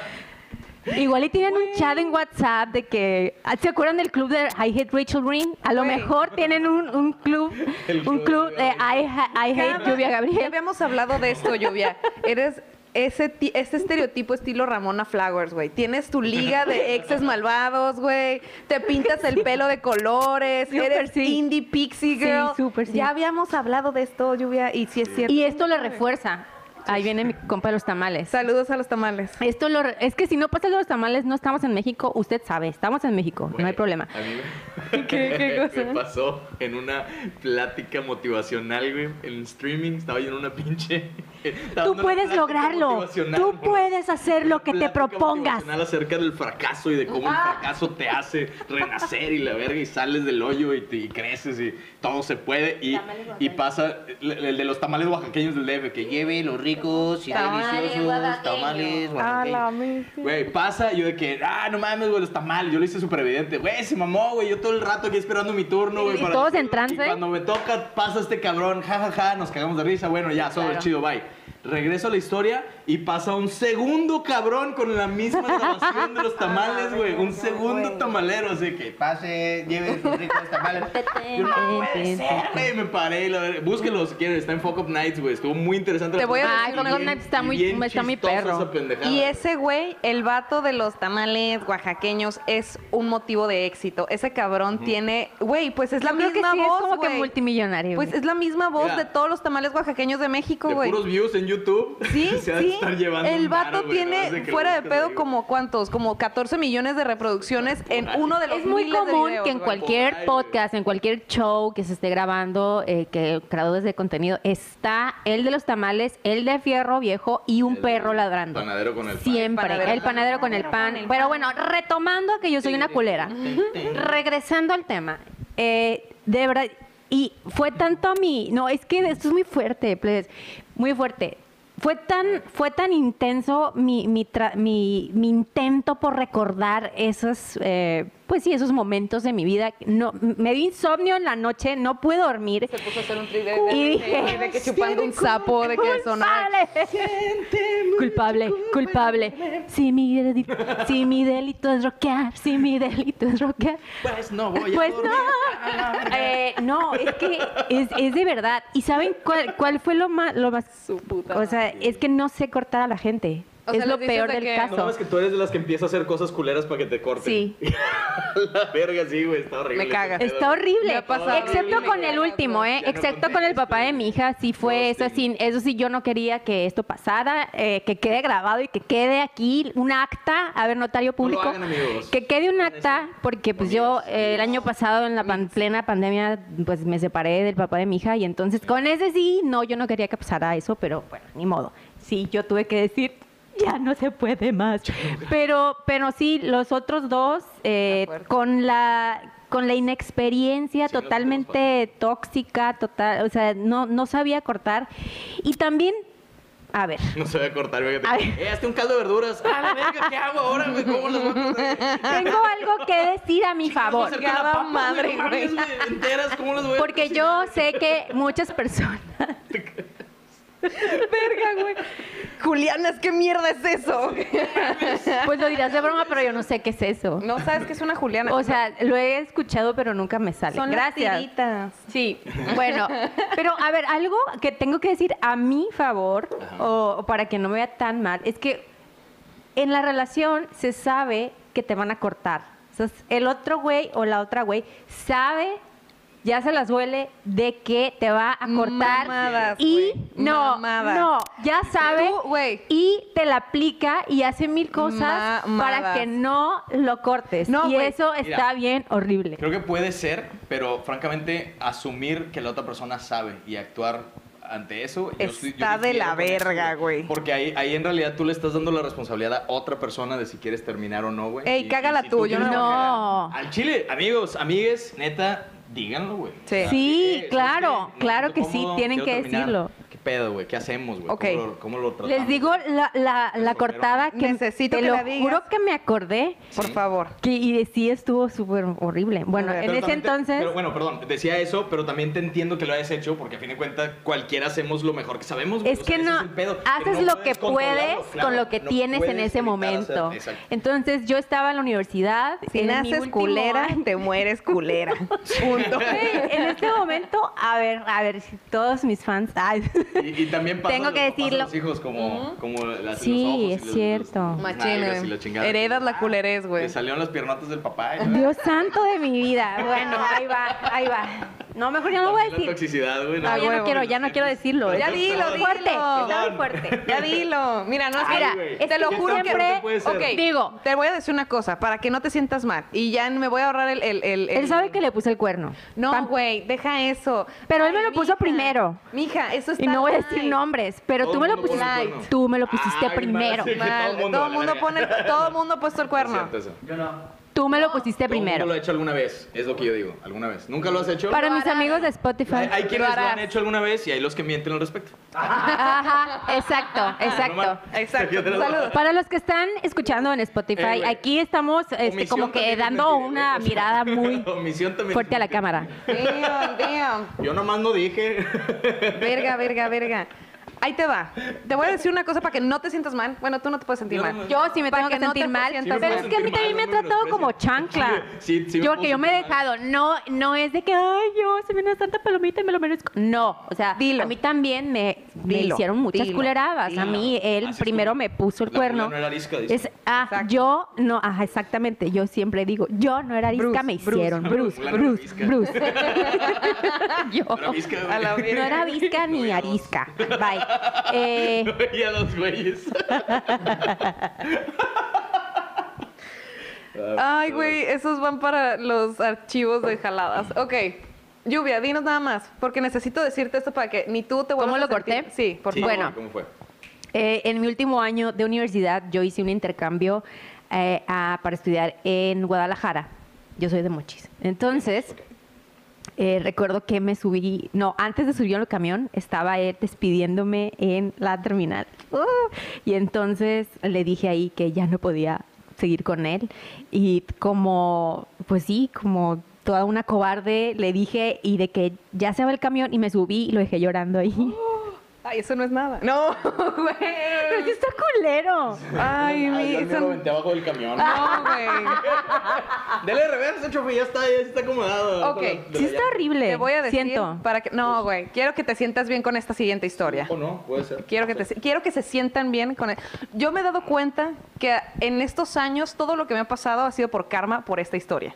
[SPEAKER 2] Igual y tienen un chat en WhatsApp de que ah, ¿se acuerdan del club de I Hate Rachel Green? A lo
[SPEAKER 1] Güey.
[SPEAKER 2] mejor tienen un, un club,
[SPEAKER 3] El
[SPEAKER 2] un club
[SPEAKER 3] club de
[SPEAKER 2] de I, ha- I Hate Lluvia
[SPEAKER 1] Ya
[SPEAKER 2] Gabriel.
[SPEAKER 1] habíamos hablado de esto, Lluvia. Eres ese, ti- ese estereotipo estilo Ramona Flowers, güey. Tienes tu liga de exes malvados, güey. Te pintas el pelo de colores.
[SPEAKER 2] Súper
[SPEAKER 1] eres
[SPEAKER 2] sí.
[SPEAKER 1] indie pixie girl.
[SPEAKER 2] súper sí.
[SPEAKER 1] Ya habíamos hablado de esto, Lluvia, y si es cierto.
[SPEAKER 2] Y esto lo refuerza. Ahí viene mi compa de los tamales.
[SPEAKER 1] Saludos a los tamales.
[SPEAKER 2] Esto lo re- es que si no pasa lo de los tamales, no estamos en México, usted sabe, estamos en México, no hay problema.
[SPEAKER 3] A mí me-
[SPEAKER 1] ¿Qué- qué cosa?
[SPEAKER 3] me pasó en una plática motivacional, güey, en streaming. Estaba yo en una pinche. estaba
[SPEAKER 2] Tú
[SPEAKER 3] dando una
[SPEAKER 2] puedes
[SPEAKER 3] plática
[SPEAKER 2] lograrlo.
[SPEAKER 3] motivacional,
[SPEAKER 2] Tú
[SPEAKER 3] güey.
[SPEAKER 2] puedes hacer lo que te
[SPEAKER 3] Plática
[SPEAKER 2] propongas. Ah.
[SPEAKER 3] motivacional acerca del fracaso y de cómo el fracaso te hace renacer y la verga y sales del hoyo y, te- y creces y todo se puede y, y pasa el, el de los tamales oaxaqueños del DF que lleve los ricos y
[SPEAKER 1] Tamales
[SPEAKER 3] deliciosos tamales oaxaqueños. Güey, pasa, yo de que, ah, no mames, güey, los tamales, yo lo hice súper evidente. Güey, se mamó, güey, yo todo el rato aquí esperando mi turno, güey.
[SPEAKER 2] Y
[SPEAKER 3] para
[SPEAKER 2] todos en
[SPEAKER 3] decirlo.
[SPEAKER 2] trance.
[SPEAKER 3] Y cuando me toca, pasa este cabrón, jajaja, nos cagamos de risa, bueno, ya, sobre,
[SPEAKER 2] Claro.
[SPEAKER 3] chido, bye. Regreso a la historia y pasa un segundo cabrón con la misma grabación de los tamales, güey. Un segundo tamalero, así que pase, lleve sus ricos tamales. Yo no puede ser, güey, me paré. La verdad. Búsquenlo si quieren, está en Fuck Up Nights, güey. Estuvo muy interesante. la
[SPEAKER 1] Te voy a decir,
[SPEAKER 3] plática. Y
[SPEAKER 1] Fuck Up
[SPEAKER 3] bien-
[SPEAKER 2] Nights está
[SPEAKER 3] y
[SPEAKER 2] muy-
[SPEAKER 3] bien
[SPEAKER 2] está muy
[SPEAKER 3] chistosa
[SPEAKER 2] perro.
[SPEAKER 3] esa pendejada,
[SPEAKER 1] Y
[SPEAKER 3] güey.
[SPEAKER 1] ese güey, el vato de los tamales oaxaqueños, es un motivo de éxito. Ese cabrón tiene, güey, pues es la
[SPEAKER 2] Yo creo que
[SPEAKER 1] misma
[SPEAKER 2] sí, es
[SPEAKER 1] voz,
[SPEAKER 2] como que
[SPEAKER 1] güey.
[SPEAKER 2] multimillonario,
[SPEAKER 1] Pues
[SPEAKER 2] güey.
[SPEAKER 1] es la misma voz
[SPEAKER 3] Mira.
[SPEAKER 1] de todos los tamales oaxaqueños de México,
[SPEAKER 3] de
[SPEAKER 1] güey.
[SPEAKER 3] puros views en YouTube.
[SPEAKER 1] Sí,
[SPEAKER 3] se ha de
[SPEAKER 1] sí.
[SPEAKER 3] estar llevando
[SPEAKER 1] El
[SPEAKER 3] un varo,
[SPEAKER 1] vato
[SPEAKER 3] güey,
[SPEAKER 1] tiene
[SPEAKER 3] nada más que lo
[SPEAKER 1] fuera de
[SPEAKER 3] busques
[SPEAKER 1] pedo
[SPEAKER 3] ahí,
[SPEAKER 1] como cuántos, como 14 millones de reproducciones en uno de los
[SPEAKER 2] Es muy
[SPEAKER 1] miles de
[SPEAKER 2] común
[SPEAKER 1] videos,
[SPEAKER 2] que en
[SPEAKER 1] güey.
[SPEAKER 2] cualquier
[SPEAKER 3] Ay, güey.
[SPEAKER 2] podcast, en cualquier show que se esté grabando, eh, que creadores de contenido, está el de los tamales, el de fierro viejo y un
[SPEAKER 3] El
[SPEAKER 2] perro ladrando.
[SPEAKER 3] panadero con el pan.
[SPEAKER 2] Siempre,
[SPEAKER 1] El panadero con
[SPEAKER 2] el
[SPEAKER 1] el
[SPEAKER 2] panadero con el pan. Pero bueno, retomando que yo soy una culera. Regresando al tema, eh, de verdad, y fue tanto a mí, no, es que esto es muy fuerte, plebes, muy fuerte. Fue tan, fue tan intenso mi, mi, tra- mi- mi intento por recordar esos, eh, pues sí, esos momentos de mi vida. No, me dio insomnio en la noche, no pude dormir.
[SPEAKER 1] Se puso a hacer un tridente
[SPEAKER 2] Y dije,
[SPEAKER 1] de, de que chupando un sapo, de que sonaba.
[SPEAKER 2] Culpable, culpable. Si mi, deli- si mi delito es rockear, si mi delito es rockear.
[SPEAKER 3] Pues no voy a
[SPEAKER 2] Pues
[SPEAKER 3] dormir.
[SPEAKER 2] no. Eh, no, es que es, es de verdad. ¿Y saben cuál, cuál fue lo más, lo más?
[SPEAKER 1] Su puta
[SPEAKER 2] O sea, es que no sé cortar a la gente.
[SPEAKER 1] O
[SPEAKER 2] es
[SPEAKER 1] sea,
[SPEAKER 2] lo
[SPEAKER 1] les dices
[SPEAKER 2] peor
[SPEAKER 1] de
[SPEAKER 2] del
[SPEAKER 1] que-
[SPEAKER 2] caso.
[SPEAKER 3] No, es que tú eres de las que empieza a hacer cosas culeras para que te corten.
[SPEAKER 2] Sí.
[SPEAKER 3] la verga, sí, güey, está horrible.
[SPEAKER 1] Me caga.
[SPEAKER 3] Ese pedo.
[SPEAKER 2] Está horrible.
[SPEAKER 1] Me ha pasado
[SPEAKER 2] Excepto
[SPEAKER 1] horrible.
[SPEAKER 2] con el último, ¿eh?
[SPEAKER 3] Ya no Oh,
[SPEAKER 2] Excepto
[SPEAKER 3] conté
[SPEAKER 2] con el
[SPEAKER 3] esto.
[SPEAKER 2] papá de mi hija. Sí fue eso,
[SPEAKER 3] Ghosting.
[SPEAKER 2] sí, eso sí, yo no quería que esto pasara, eh, que quede grabado y que quede aquí un acta, a ver, notario público.
[SPEAKER 3] hagan, amigos.
[SPEAKER 2] que quede un
[SPEAKER 3] Hagan esto.
[SPEAKER 2] acta, porque pues yo
[SPEAKER 3] Amigas,
[SPEAKER 2] eh, el año pasado en la pan- plena pandemia, pues me separé del papá de mi hija y entonces con ese sí, no, yo no quería que pasara eso, pero bueno, ni modo. Sí, yo tuve que decir... Ya no se puede más. Pero, pero sí, los otros dos, eh,
[SPEAKER 1] De acuerdo.
[SPEAKER 2] con la con la inexperiencia
[SPEAKER 3] Sí, no,
[SPEAKER 2] totalmente tóxica, total, o sea, no, no sabía cortar. Y también, a ver,
[SPEAKER 3] No se va a cortar, güey.
[SPEAKER 2] A ver.
[SPEAKER 3] Eh, hazte un caldo de verduras. Ah, la verga, ¿qué hago ahora, güey? ¿Cómo las voy a cortar?
[SPEAKER 2] tengo algo que decir a mi favor.
[SPEAKER 3] Acerca la papa,
[SPEAKER 1] madre,
[SPEAKER 3] güey, no mames,
[SPEAKER 1] güey.
[SPEAKER 3] güey, enteras, ¿cómo las voy a
[SPEAKER 2] Porque yo sé que muchas personas,
[SPEAKER 1] Verga, güey. Julianas, ¿qué mierda es eso?
[SPEAKER 2] pues lo dirás de broma, pero yo no sé qué es eso.
[SPEAKER 1] no sabes que es una Juliana.
[SPEAKER 2] O sea, lo he escuchado, pero nunca me sale.
[SPEAKER 1] son las
[SPEAKER 2] Gracias.
[SPEAKER 1] tiritas.
[SPEAKER 2] Sí, bueno, pero a ver, algo que tengo que decir a mi favor, o, o para que no me vea tan mal, es que en la relación se sabe que te van a cortar. O sea, el otro güey o la otra güey sabe ya se las huele de que te va a cortar.
[SPEAKER 1] Mamadas,
[SPEAKER 2] y
[SPEAKER 1] güey.
[SPEAKER 2] no,
[SPEAKER 1] Mamadas.
[SPEAKER 2] no, ya sabe.
[SPEAKER 1] Tú, güey.
[SPEAKER 2] Y te la aplica y hace mil cosas para
[SPEAKER 1] Mamadas.
[SPEAKER 2] que no lo cortes.
[SPEAKER 1] No,
[SPEAKER 2] y
[SPEAKER 1] güey.
[SPEAKER 2] eso está
[SPEAKER 3] Mira.
[SPEAKER 2] bien horrible.
[SPEAKER 3] Creo que puede ser, pero francamente asumir que la otra persona sabe y actuar ante eso. yo estoy- yo
[SPEAKER 1] Está de
[SPEAKER 3] difiero
[SPEAKER 1] la
[SPEAKER 3] con eso,
[SPEAKER 1] verga, güey.
[SPEAKER 3] Porque ahí, ahí en realidad tú le estás dando la responsabilidad a otra persona de si quieres terminar o no, güey.
[SPEAKER 1] Ey, cágala tú, yo
[SPEAKER 3] quieres
[SPEAKER 1] no.
[SPEAKER 3] terminar- Al chile, amigos, amigues, neta, díganlo, güey.
[SPEAKER 1] Sí.
[SPEAKER 2] Sí,
[SPEAKER 3] ¿sabes
[SPEAKER 2] claro,
[SPEAKER 3] qué? No me
[SPEAKER 2] claro
[SPEAKER 3] siento
[SPEAKER 2] que sí,
[SPEAKER 3] cómodo,
[SPEAKER 2] tienen
[SPEAKER 3] quiero
[SPEAKER 2] que
[SPEAKER 3] terminar.
[SPEAKER 2] decirlo.
[SPEAKER 3] ¿Qué pedo, güey? ¿Qué hacemos, güey?
[SPEAKER 1] Ok.
[SPEAKER 3] ¿Cómo lo, cómo lo tratamos?
[SPEAKER 2] Les digo la, la- la
[SPEAKER 3] Resolvieron.
[SPEAKER 2] cortada que
[SPEAKER 1] Necesito
[SPEAKER 2] te
[SPEAKER 1] que
[SPEAKER 2] lo
[SPEAKER 1] la digas.
[SPEAKER 2] juro que me acordé.
[SPEAKER 1] Por
[SPEAKER 3] Sí.
[SPEAKER 1] favor.
[SPEAKER 2] Que, y de- sí estuvo súper horrible. Bueno,
[SPEAKER 1] ver.
[SPEAKER 2] en
[SPEAKER 3] Pero
[SPEAKER 2] ese
[SPEAKER 3] también te-
[SPEAKER 2] entonces.
[SPEAKER 3] pero bueno, perdón, decía eso, pero también te entiendo que lo hayas hecho, porque a fin de cuentas cualquiera hacemos lo mejor que sabemos. güey.
[SPEAKER 2] Es
[SPEAKER 3] O
[SPEAKER 2] que
[SPEAKER 3] sea, ese
[SPEAKER 2] no,
[SPEAKER 3] es el pedo,
[SPEAKER 2] haces
[SPEAKER 3] no
[SPEAKER 2] lo que puedes
[SPEAKER 3] controlarlo, claro,
[SPEAKER 2] con lo que
[SPEAKER 3] no
[SPEAKER 2] tienes en
[SPEAKER 3] puedes
[SPEAKER 2] ese
[SPEAKER 3] evitar
[SPEAKER 2] momento.
[SPEAKER 3] hacer- exacto.
[SPEAKER 2] Entonces yo estaba en la universidad.
[SPEAKER 1] Si
[SPEAKER 2] en mi
[SPEAKER 1] naces
[SPEAKER 2] último
[SPEAKER 1] culera,
[SPEAKER 2] año.
[SPEAKER 1] te mueres culera. Punto.
[SPEAKER 2] Güey, En este momento, a ver, a ver, si todos mis fans. ay.
[SPEAKER 3] Y, y también pasa
[SPEAKER 2] Tengo
[SPEAKER 3] a los
[SPEAKER 2] que
[SPEAKER 3] papás a
[SPEAKER 2] decirlo.
[SPEAKER 3] los hijos como, como las,
[SPEAKER 2] Sí,
[SPEAKER 3] los ojos y
[SPEAKER 2] es
[SPEAKER 3] los-
[SPEAKER 2] cierto.
[SPEAKER 3] los
[SPEAKER 1] Machín,
[SPEAKER 3] nalgas
[SPEAKER 1] güey.
[SPEAKER 3] y la chingada.
[SPEAKER 1] Heredas la culerez, güey.
[SPEAKER 3] Le salieron las piernotas del papá. y-
[SPEAKER 2] Dios santo de mi vida. Bueno, ahí va, ahí va. No, mejor ya no lo voy a
[SPEAKER 3] También la
[SPEAKER 2] decir.
[SPEAKER 3] toxicidad, güey.
[SPEAKER 2] No,
[SPEAKER 1] Ah,
[SPEAKER 2] ya no
[SPEAKER 1] huevo.
[SPEAKER 2] quiero, ya no quiero decirlo.
[SPEAKER 1] Ya dilo,
[SPEAKER 2] Está muy fuerte,
[SPEAKER 1] dilo.
[SPEAKER 2] está muy fuerte.
[SPEAKER 1] Ya dilo. Mira, no es
[SPEAKER 3] Ay,
[SPEAKER 1] mira,
[SPEAKER 3] güey.
[SPEAKER 2] es
[SPEAKER 1] te
[SPEAKER 2] que
[SPEAKER 1] lo
[SPEAKER 2] yo
[SPEAKER 1] juro que
[SPEAKER 2] siempre-
[SPEAKER 3] No puede ser.
[SPEAKER 1] Ok,
[SPEAKER 2] Digo.
[SPEAKER 1] te voy a decir una cosa para que no te sientas mal y ya me voy a ahorrar el el, el-
[SPEAKER 2] Él
[SPEAKER 1] el-
[SPEAKER 2] sabe que le puse el cuerno.
[SPEAKER 1] No,
[SPEAKER 2] Pam-
[SPEAKER 1] güey, deja eso.
[SPEAKER 2] Pero él me lo puso primero.
[SPEAKER 1] Mija, eso está
[SPEAKER 2] Y no voy a
[SPEAKER 1] mal.
[SPEAKER 2] decir nombres, pero
[SPEAKER 3] Todo
[SPEAKER 2] tú me lo
[SPEAKER 3] el mundo pone
[SPEAKER 2] pusiste,
[SPEAKER 3] el Oh, cuerno.
[SPEAKER 2] tú me lo pusiste
[SPEAKER 3] Ay, madre,
[SPEAKER 2] primero.
[SPEAKER 3] sí.
[SPEAKER 1] Mal.
[SPEAKER 3] Todo el
[SPEAKER 1] Todo
[SPEAKER 3] mundo, a
[SPEAKER 1] el
[SPEAKER 3] la
[SPEAKER 1] mundo
[SPEAKER 3] verga.
[SPEAKER 1] pone todo el mundo ha puesto el cuerno.
[SPEAKER 3] Es cierto eso.
[SPEAKER 5] Yo no.
[SPEAKER 2] Tú me lo pusiste
[SPEAKER 3] Todo el mundo
[SPEAKER 2] primero.
[SPEAKER 3] lo ha hecho alguna vez, es lo que yo digo, alguna vez. ¿Nunca lo has hecho?
[SPEAKER 2] Para mis
[SPEAKER 1] harán.
[SPEAKER 2] amigos de Spotify.
[SPEAKER 3] hay, hay quienes lo han
[SPEAKER 1] harás.
[SPEAKER 3] hecho alguna vez y hay los que mienten al respecto.
[SPEAKER 2] Ajá, exacto,
[SPEAKER 3] Ah,
[SPEAKER 2] exacto.
[SPEAKER 1] Exacto. Saludos.
[SPEAKER 2] Para los que están escuchando en
[SPEAKER 3] Eh,
[SPEAKER 2] Spotify,
[SPEAKER 3] güey.
[SPEAKER 2] aquí estamos este,
[SPEAKER 3] Omisión
[SPEAKER 2] como que
[SPEAKER 3] también es
[SPEAKER 2] dando
[SPEAKER 3] mentir,
[SPEAKER 2] una
[SPEAKER 3] güey.
[SPEAKER 2] mirada muy
[SPEAKER 3] Omisión también es
[SPEAKER 2] fuerte a la
[SPEAKER 3] mentir.
[SPEAKER 2] cámara.
[SPEAKER 1] Damn, damn.
[SPEAKER 3] Yo nomás no dije.
[SPEAKER 1] Verga, verga, verga. Ahí te va. Te voy a decir una cosa para que no te sientas mal. Bueno, tú no te puedes sentir
[SPEAKER 3] Yo
[SPEAKER 1] mal.
[SPEAKER 3] no me-
[SPEAKER 2] Yo sí me
[SPEAKER 1] Para
[SPEAKER 2] tengo que,
[SPEAKER 1] que no te
[SPEAKER 2] sentir mal,
[SPEAKER 1] sientas
[SPEAKER 2] pero
[SPEAKER 1] mal.
[SPEAKER 2] es que a mí también me ha
[SPEAKER 3] No me
[SPEAKER 2] tratado como
[SPEAKER 3] menosprecies.
[SPEAKER 2] chancla.
[SPEAKER 3] Sí, sí, sí me
[SPEAKER 2] yo
[SPEAKER 3] puedo
[SPEAKER 2] porque yo me he
[SPEAKER 3] sentir mal.
[SPEAKER 2] dejado, no no es de que ay, yo soy una santa palomita y me lo merezco. No, o sea,
[SPEAKER 1] Dilo.
[SPEAKER 2] a mí también me, me
[SPEAKER 1] Dilo,
[SPEAKER 2] hicieron muchas
[SPEAKER 1] dilo,
[SPEAKER 2] culeradas. A mí él
[SPEAKER 3] Así es
[SPEAKER 2] primero
[SPEAKER 3] como
[SPEAKER 2] me puso el
[SPEAKER 3] la
[SPEAKER 2] cuerno.
[SPEAKER 3] culera no era arisca, dice.
[SPEAKER 2] es ah,
[SPEAKER 1] Exacto.
[SPEAKER 2] yo no, ajá, exactamente, yo siempre digo, yo no era arisca,
[SPEAKER 1] Bruce,
[SPEAKER 2] me
[SPEAKER 1] Bruce,
[SPEAKER 2] hicieron, Bruce,
[SPEAKER 3] Fulano era
[SPEAKER 2] Bruce,
[SPEAKER 3] arisca.
[SPEAKER 2] Bruce. yo
[SPEAKER 3] Era visca, güey.
[SPEAKER 1] A la verga.
[SPEAKER 2] no era visca ni arisca. Bye. Eh,
[SPEAKER 3] No veía a los güeyes.
[SPEAKER 1] Ay, güey, esos van para los archivos de jaladas. Ok. Lluvia, dinos nada más, porque necesito decirte esto para que ni tú te vuelvas
[SPEAKER 2] ¿Cómo
[SPEAKER 1] a
[SPEAKER 2] lo corté?
[SPEAKER 1] sentir- Sí, por
[SPEAKER 3] Sí,
[SPEAKER 1] favor.
[SPEAKER 2] Bueno.
[SPEAKER 3] ¿Cómo fue?
[SPEAKER 2] Eh, en mi último año de universidad yo hice un intercambio eh, a- para estudiar en Guadalajara. Yo soy de Mochis. Entonces, eh, recuerdo que me subí, no, antes de subir al camión estaba él despidiéndome en la terminal. ¡Uh! y entonces le dije ahí que ya no podía seguir con él. Y como, pues sí, como toda una cobarde, le dije y de que ya se va el camión y me subí y lo dejé llorando ahí.
[SPEAKER 1] Ay, eso no es nada. No,
[SPEAKER 2] Pero sí
[SPEAKER 1] güey.
[SPEAKER 2] está culero.
[SPEAKER 1] Ay,
[SPEAKER 3] Ah, yo
[SPEAKER 1] mi.
[SPEAKER 3] al mío
[SPEAKER 1] eso-
[SPEAKER 3] lo aventé abajo del camión.
[SPEAKER 2] Ah.
[SPEAKER 1] No, güey.
[SPEAKER 3] Dele reversa, chofe, ya está, ya está acomodado.
[SPEAKER 1] Ok,
[SPEAKER 3] Con la- de
[SPEAKER 2] Sí está
[SPEAKER 3] la llanta.
[SPEAKER 2] horrible.
[SPEAKER 1] Te voy a decir
[SPEAKER 2] Siento.
[SPEAKER 1] para que No, güey, quiero que te sientas bien con esta siguiente historia.
[SPEAKER 3] O no, puede ser.
[SPEAKER 1] Quiero que, te, quiero que se sientan bien con él. Yo me he dado cuenta que en estos años todo lo que me ha pasado ha sido por karma por esta historia.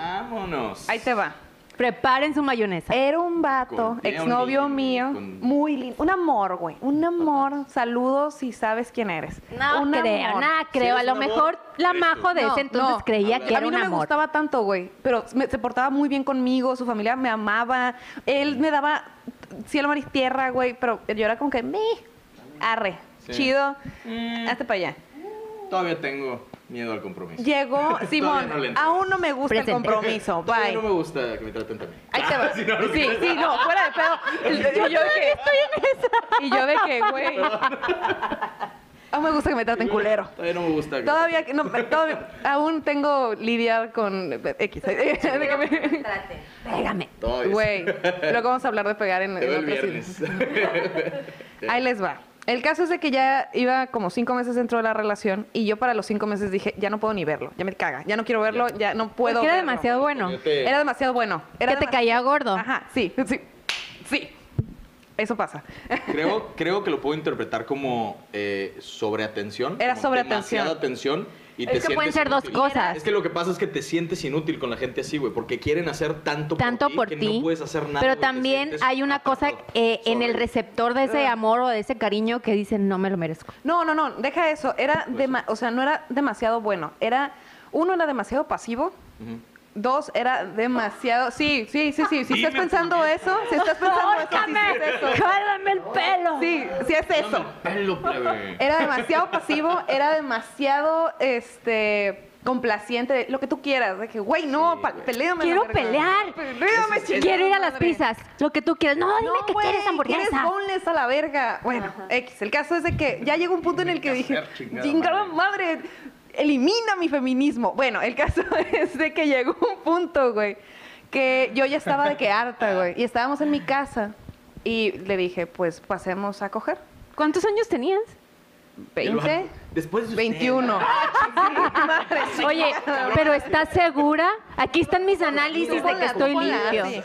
[SPEAKER 3] Vámonos.
[SPEAKER 1] Ahí te va.
[SPEAKER 2] Preparen su mayonesa.
[SPEAKER 1] Era un vato,
[SPEAKER 3] Con- era un
[SPEAKER 1] exnovio
[SPEAKER 3] niño,
[SPEAKER 1] mío,
[SPEAKER 3] con-
[SPEAKER 1] muy lindo. Un amor, güey. Un amor. Saludos si sabes quién eres.
[SPEAKER 2] No
[SPEAKER 1] un
[SPEAKER 2] creo,
[SPEAKER 1] amor.
[SPEAKER 2] nada
[SPEAKER 3] Si
[SPEAKER 2] creo.
[SPEAKER 3] eres
[SPEAKER 2] a lo
[SPEAKER 3] un amor,
[SPEAKER 2] mejor la
[SPEAKER 3] eres
[SPEAKER 2] majo
[SPEAKER 3] tú.
[SPEAKER 2] de ese
[SPEAKER 1] No,
[SPEAKER 2] entonces
[SPEAKER 1] no.
[SPEAKER 2] creía
[SPEAKER 3] A
[SPEAKER 2] que
[SPEAKER 1] a
[SPEAKER 2] era
[SPEAKER 1] mí
[SPEAKER 2] un
[SPEAKER 1] no me
[SPEAKER 2] amor.
[SPEAKER 1] gustaba tanto, güey, pero me- se portaba muy bien conmigo, su familia me amaba, él me daba cielo, mar y tierra, güey, pero yo era como que, me, arre,
[SPEAKER 3] Sí.
[SPEAKER 1] chido,
[SPEAKER 3] Mm.
[SPEAKER 1] hazte para allá.
[SPEAKER 3] Todavía tengo miedo al compromiso.
[SPEAKER 1] Llegó Simón,
[SPEAKER 3] no le entro.
[SPEAKER 1] aún no me gusta
[SPEAKER 2] Presente.
[SPEAKER 1] el compromiso,
[SPEAKER 3] Todavía
[SPEAKER 1] bye.
[SPEAKER 3] no me gusta que me traten también.
[SPEAKER 1] Ahí te va.
[SPEAKER 3] Ah, Si no, no
[SPEAKER 1] sí,
[SPEAKER 3] creo.
[SPEAKER 1] sí, no, fuera de pedo. Y yo, de que, estoy en esa. Y yo de que, güey. Aún me gusta que me traten culero.
[SPEAKER 3] Todavía no me gusta. que-
[SPEAKER 1] Todavía, que- no, todavía- aún tengo lidiar con eh, X. De que me-
[SPEAKER 2] Pégame.
[SPEAKER 3] Todavía.
[SPEAKER 1] Güey, luego vamos a hablar de pegar en,
[SPEAKER 3] Te veo
[SPEAKER 1] en
[SPEAKER 3] el
[SPEAKER 1] otro
[SPEAKER 3] viernes.
[SPEAKER 1] sitio. Ahí les va. El caso es de que ya iba como cinco meses dentro de la relación y yo para los cinco meses dije, ya no puedo ni verlo, ya me caga, ya no quiero verlo, ya, no puedo
[SPEAKER 2] Porque era
[SPEAKER 1] verlo".
[SPEAKER 2] demasiado bueno.
[SPEAKER 3] Yo te-
[SPEAKER 1] Era demasiado bueno. Era
[SPEAKER 2] que te
[SPEAKER 1] demasiado-
[SPEAKER 2] caía gordo.
[SPEAKER 1] Ajá, sí, sí, sí. Eso pasa.
[SPEAKER 3] Creo, creo que lo puedo interpretar como eh, sobreatención.
[SPEAKER 1] Era
[SPEAKER 3] como
[SPEAKER 1] sobreatención.
[SPEAKER 3] Demasiada atención y
[SPEAKER 2] Es
[SPEAKER 3] te
[SPEAKER 2] que
[SPEAKER 3] sientes
[SPEAKER 2] pueden ser dos
[SPEAKER 3] inútil.
[SPEAKER 2] cosas.
[SPEAKER 3] Es que lo que pasa es que te sientes inútil con la gente así, güey, porque quieren hacer tanto,
[SPEAKER 2] tanto por
[SPEAKER 3] que
[SPEAKER 2] ti.
[SPEAKER 3] no puedes hacer nada.
[SPEAKER 2] Pero
[SPEAKER 3] güey, te
[SPEAKER 2] también
[SPEAKER 3] sientes
[SPEAKER 2] hay una cosa
[SPEAKER 3] apartado.
[SPEAKER 2] eh, en
[SPEAKER 3] Sorry.
[SPEAKER 2] el receptor de
[SPEAKER 1] Eh.
[SPEAKER 2] ese amor o de ese cariño que dicen no me lo merezco.
[SPEAKER 1] No, no, no, deja eso. Era,
[SPEAKER 3] Pues
[SPEAKER 1] dema- o sea, no era demasiado bueno. Era, uno era demasiado pasivo.
[SPEAKER 3] Ujú.
[SPEAKER 1] Dos, era demasiado. Sí, sí, sí, sí. Si
[SPEAKER 3] Dime,
[SPEAKER 1] estás pensando eso, si estás pensando eso, sí, sí, es eso.
[SPEAKER 2] ¡Jálame el pelo!
[SPEAKER 1] Sí, sí es eso.
[SPEAKER 3] Dame el pelo, plebe.
[SPEAKER 1] Era demasiado pasivo, era demasiado este complaciente, de lo que tú quieras, de que, güey, no,
[SPEAKER 3] Sí,
[SPEAKER 1] pa-
[SPEAKER 3] güey.
[SPEAKER 1] peleame.
[SPEAKER 2] Quiero
[SPEAKER 1] la verga.
[SPEAKER 2] pelear.
[SPEAKER 1] Peleame,
[SPEAKER 3] Eso es-
[SPEAKER 1] chingada
[SPEAKER 2] Quiero ir a las
[SPEAKER 1] madre.
[SPEAKER 2] pizzas, lo que tú quieras. No, dime que
[SPEAKER 1] güey,
[SPEAKER 2] quieres hamburguesa.
[SPEAKER 1] Quieres boneless a la verga. Bueno, X. El caso es de que ya llegó un punto en el que dije,
[SPEAKER 3] hacer, chingada
[SPEAKER 1] chingada madre, elimina mi feminismo. Bueno, el caso es de que llegó un punto, güey, que yo ya estaba de que harta, güey. Y estábamos en mi casa y le dije, pues pasemos a coger.
[SPEAKER 2] ¿Cuántos años tenías?
[SPEAKER 3] Y el
[SPEAKER 1] 20,
[SPEAKER 3] vato, Después de usted.
[SPEAKER 1] 21. Madre,
[SPEAKER 2] Ah, Oye,
[SPEAKER 1] chingada.
[SPEAKER 2] pero ¿estás segura? Aquí están mis análisis de que
[SPEAKER 1] Ponla,
[SPEAKER 2] estoy
[SPEAKER 1] ponla,
[SPEAKER 2] limpio.
[SPEAKER 1] sí.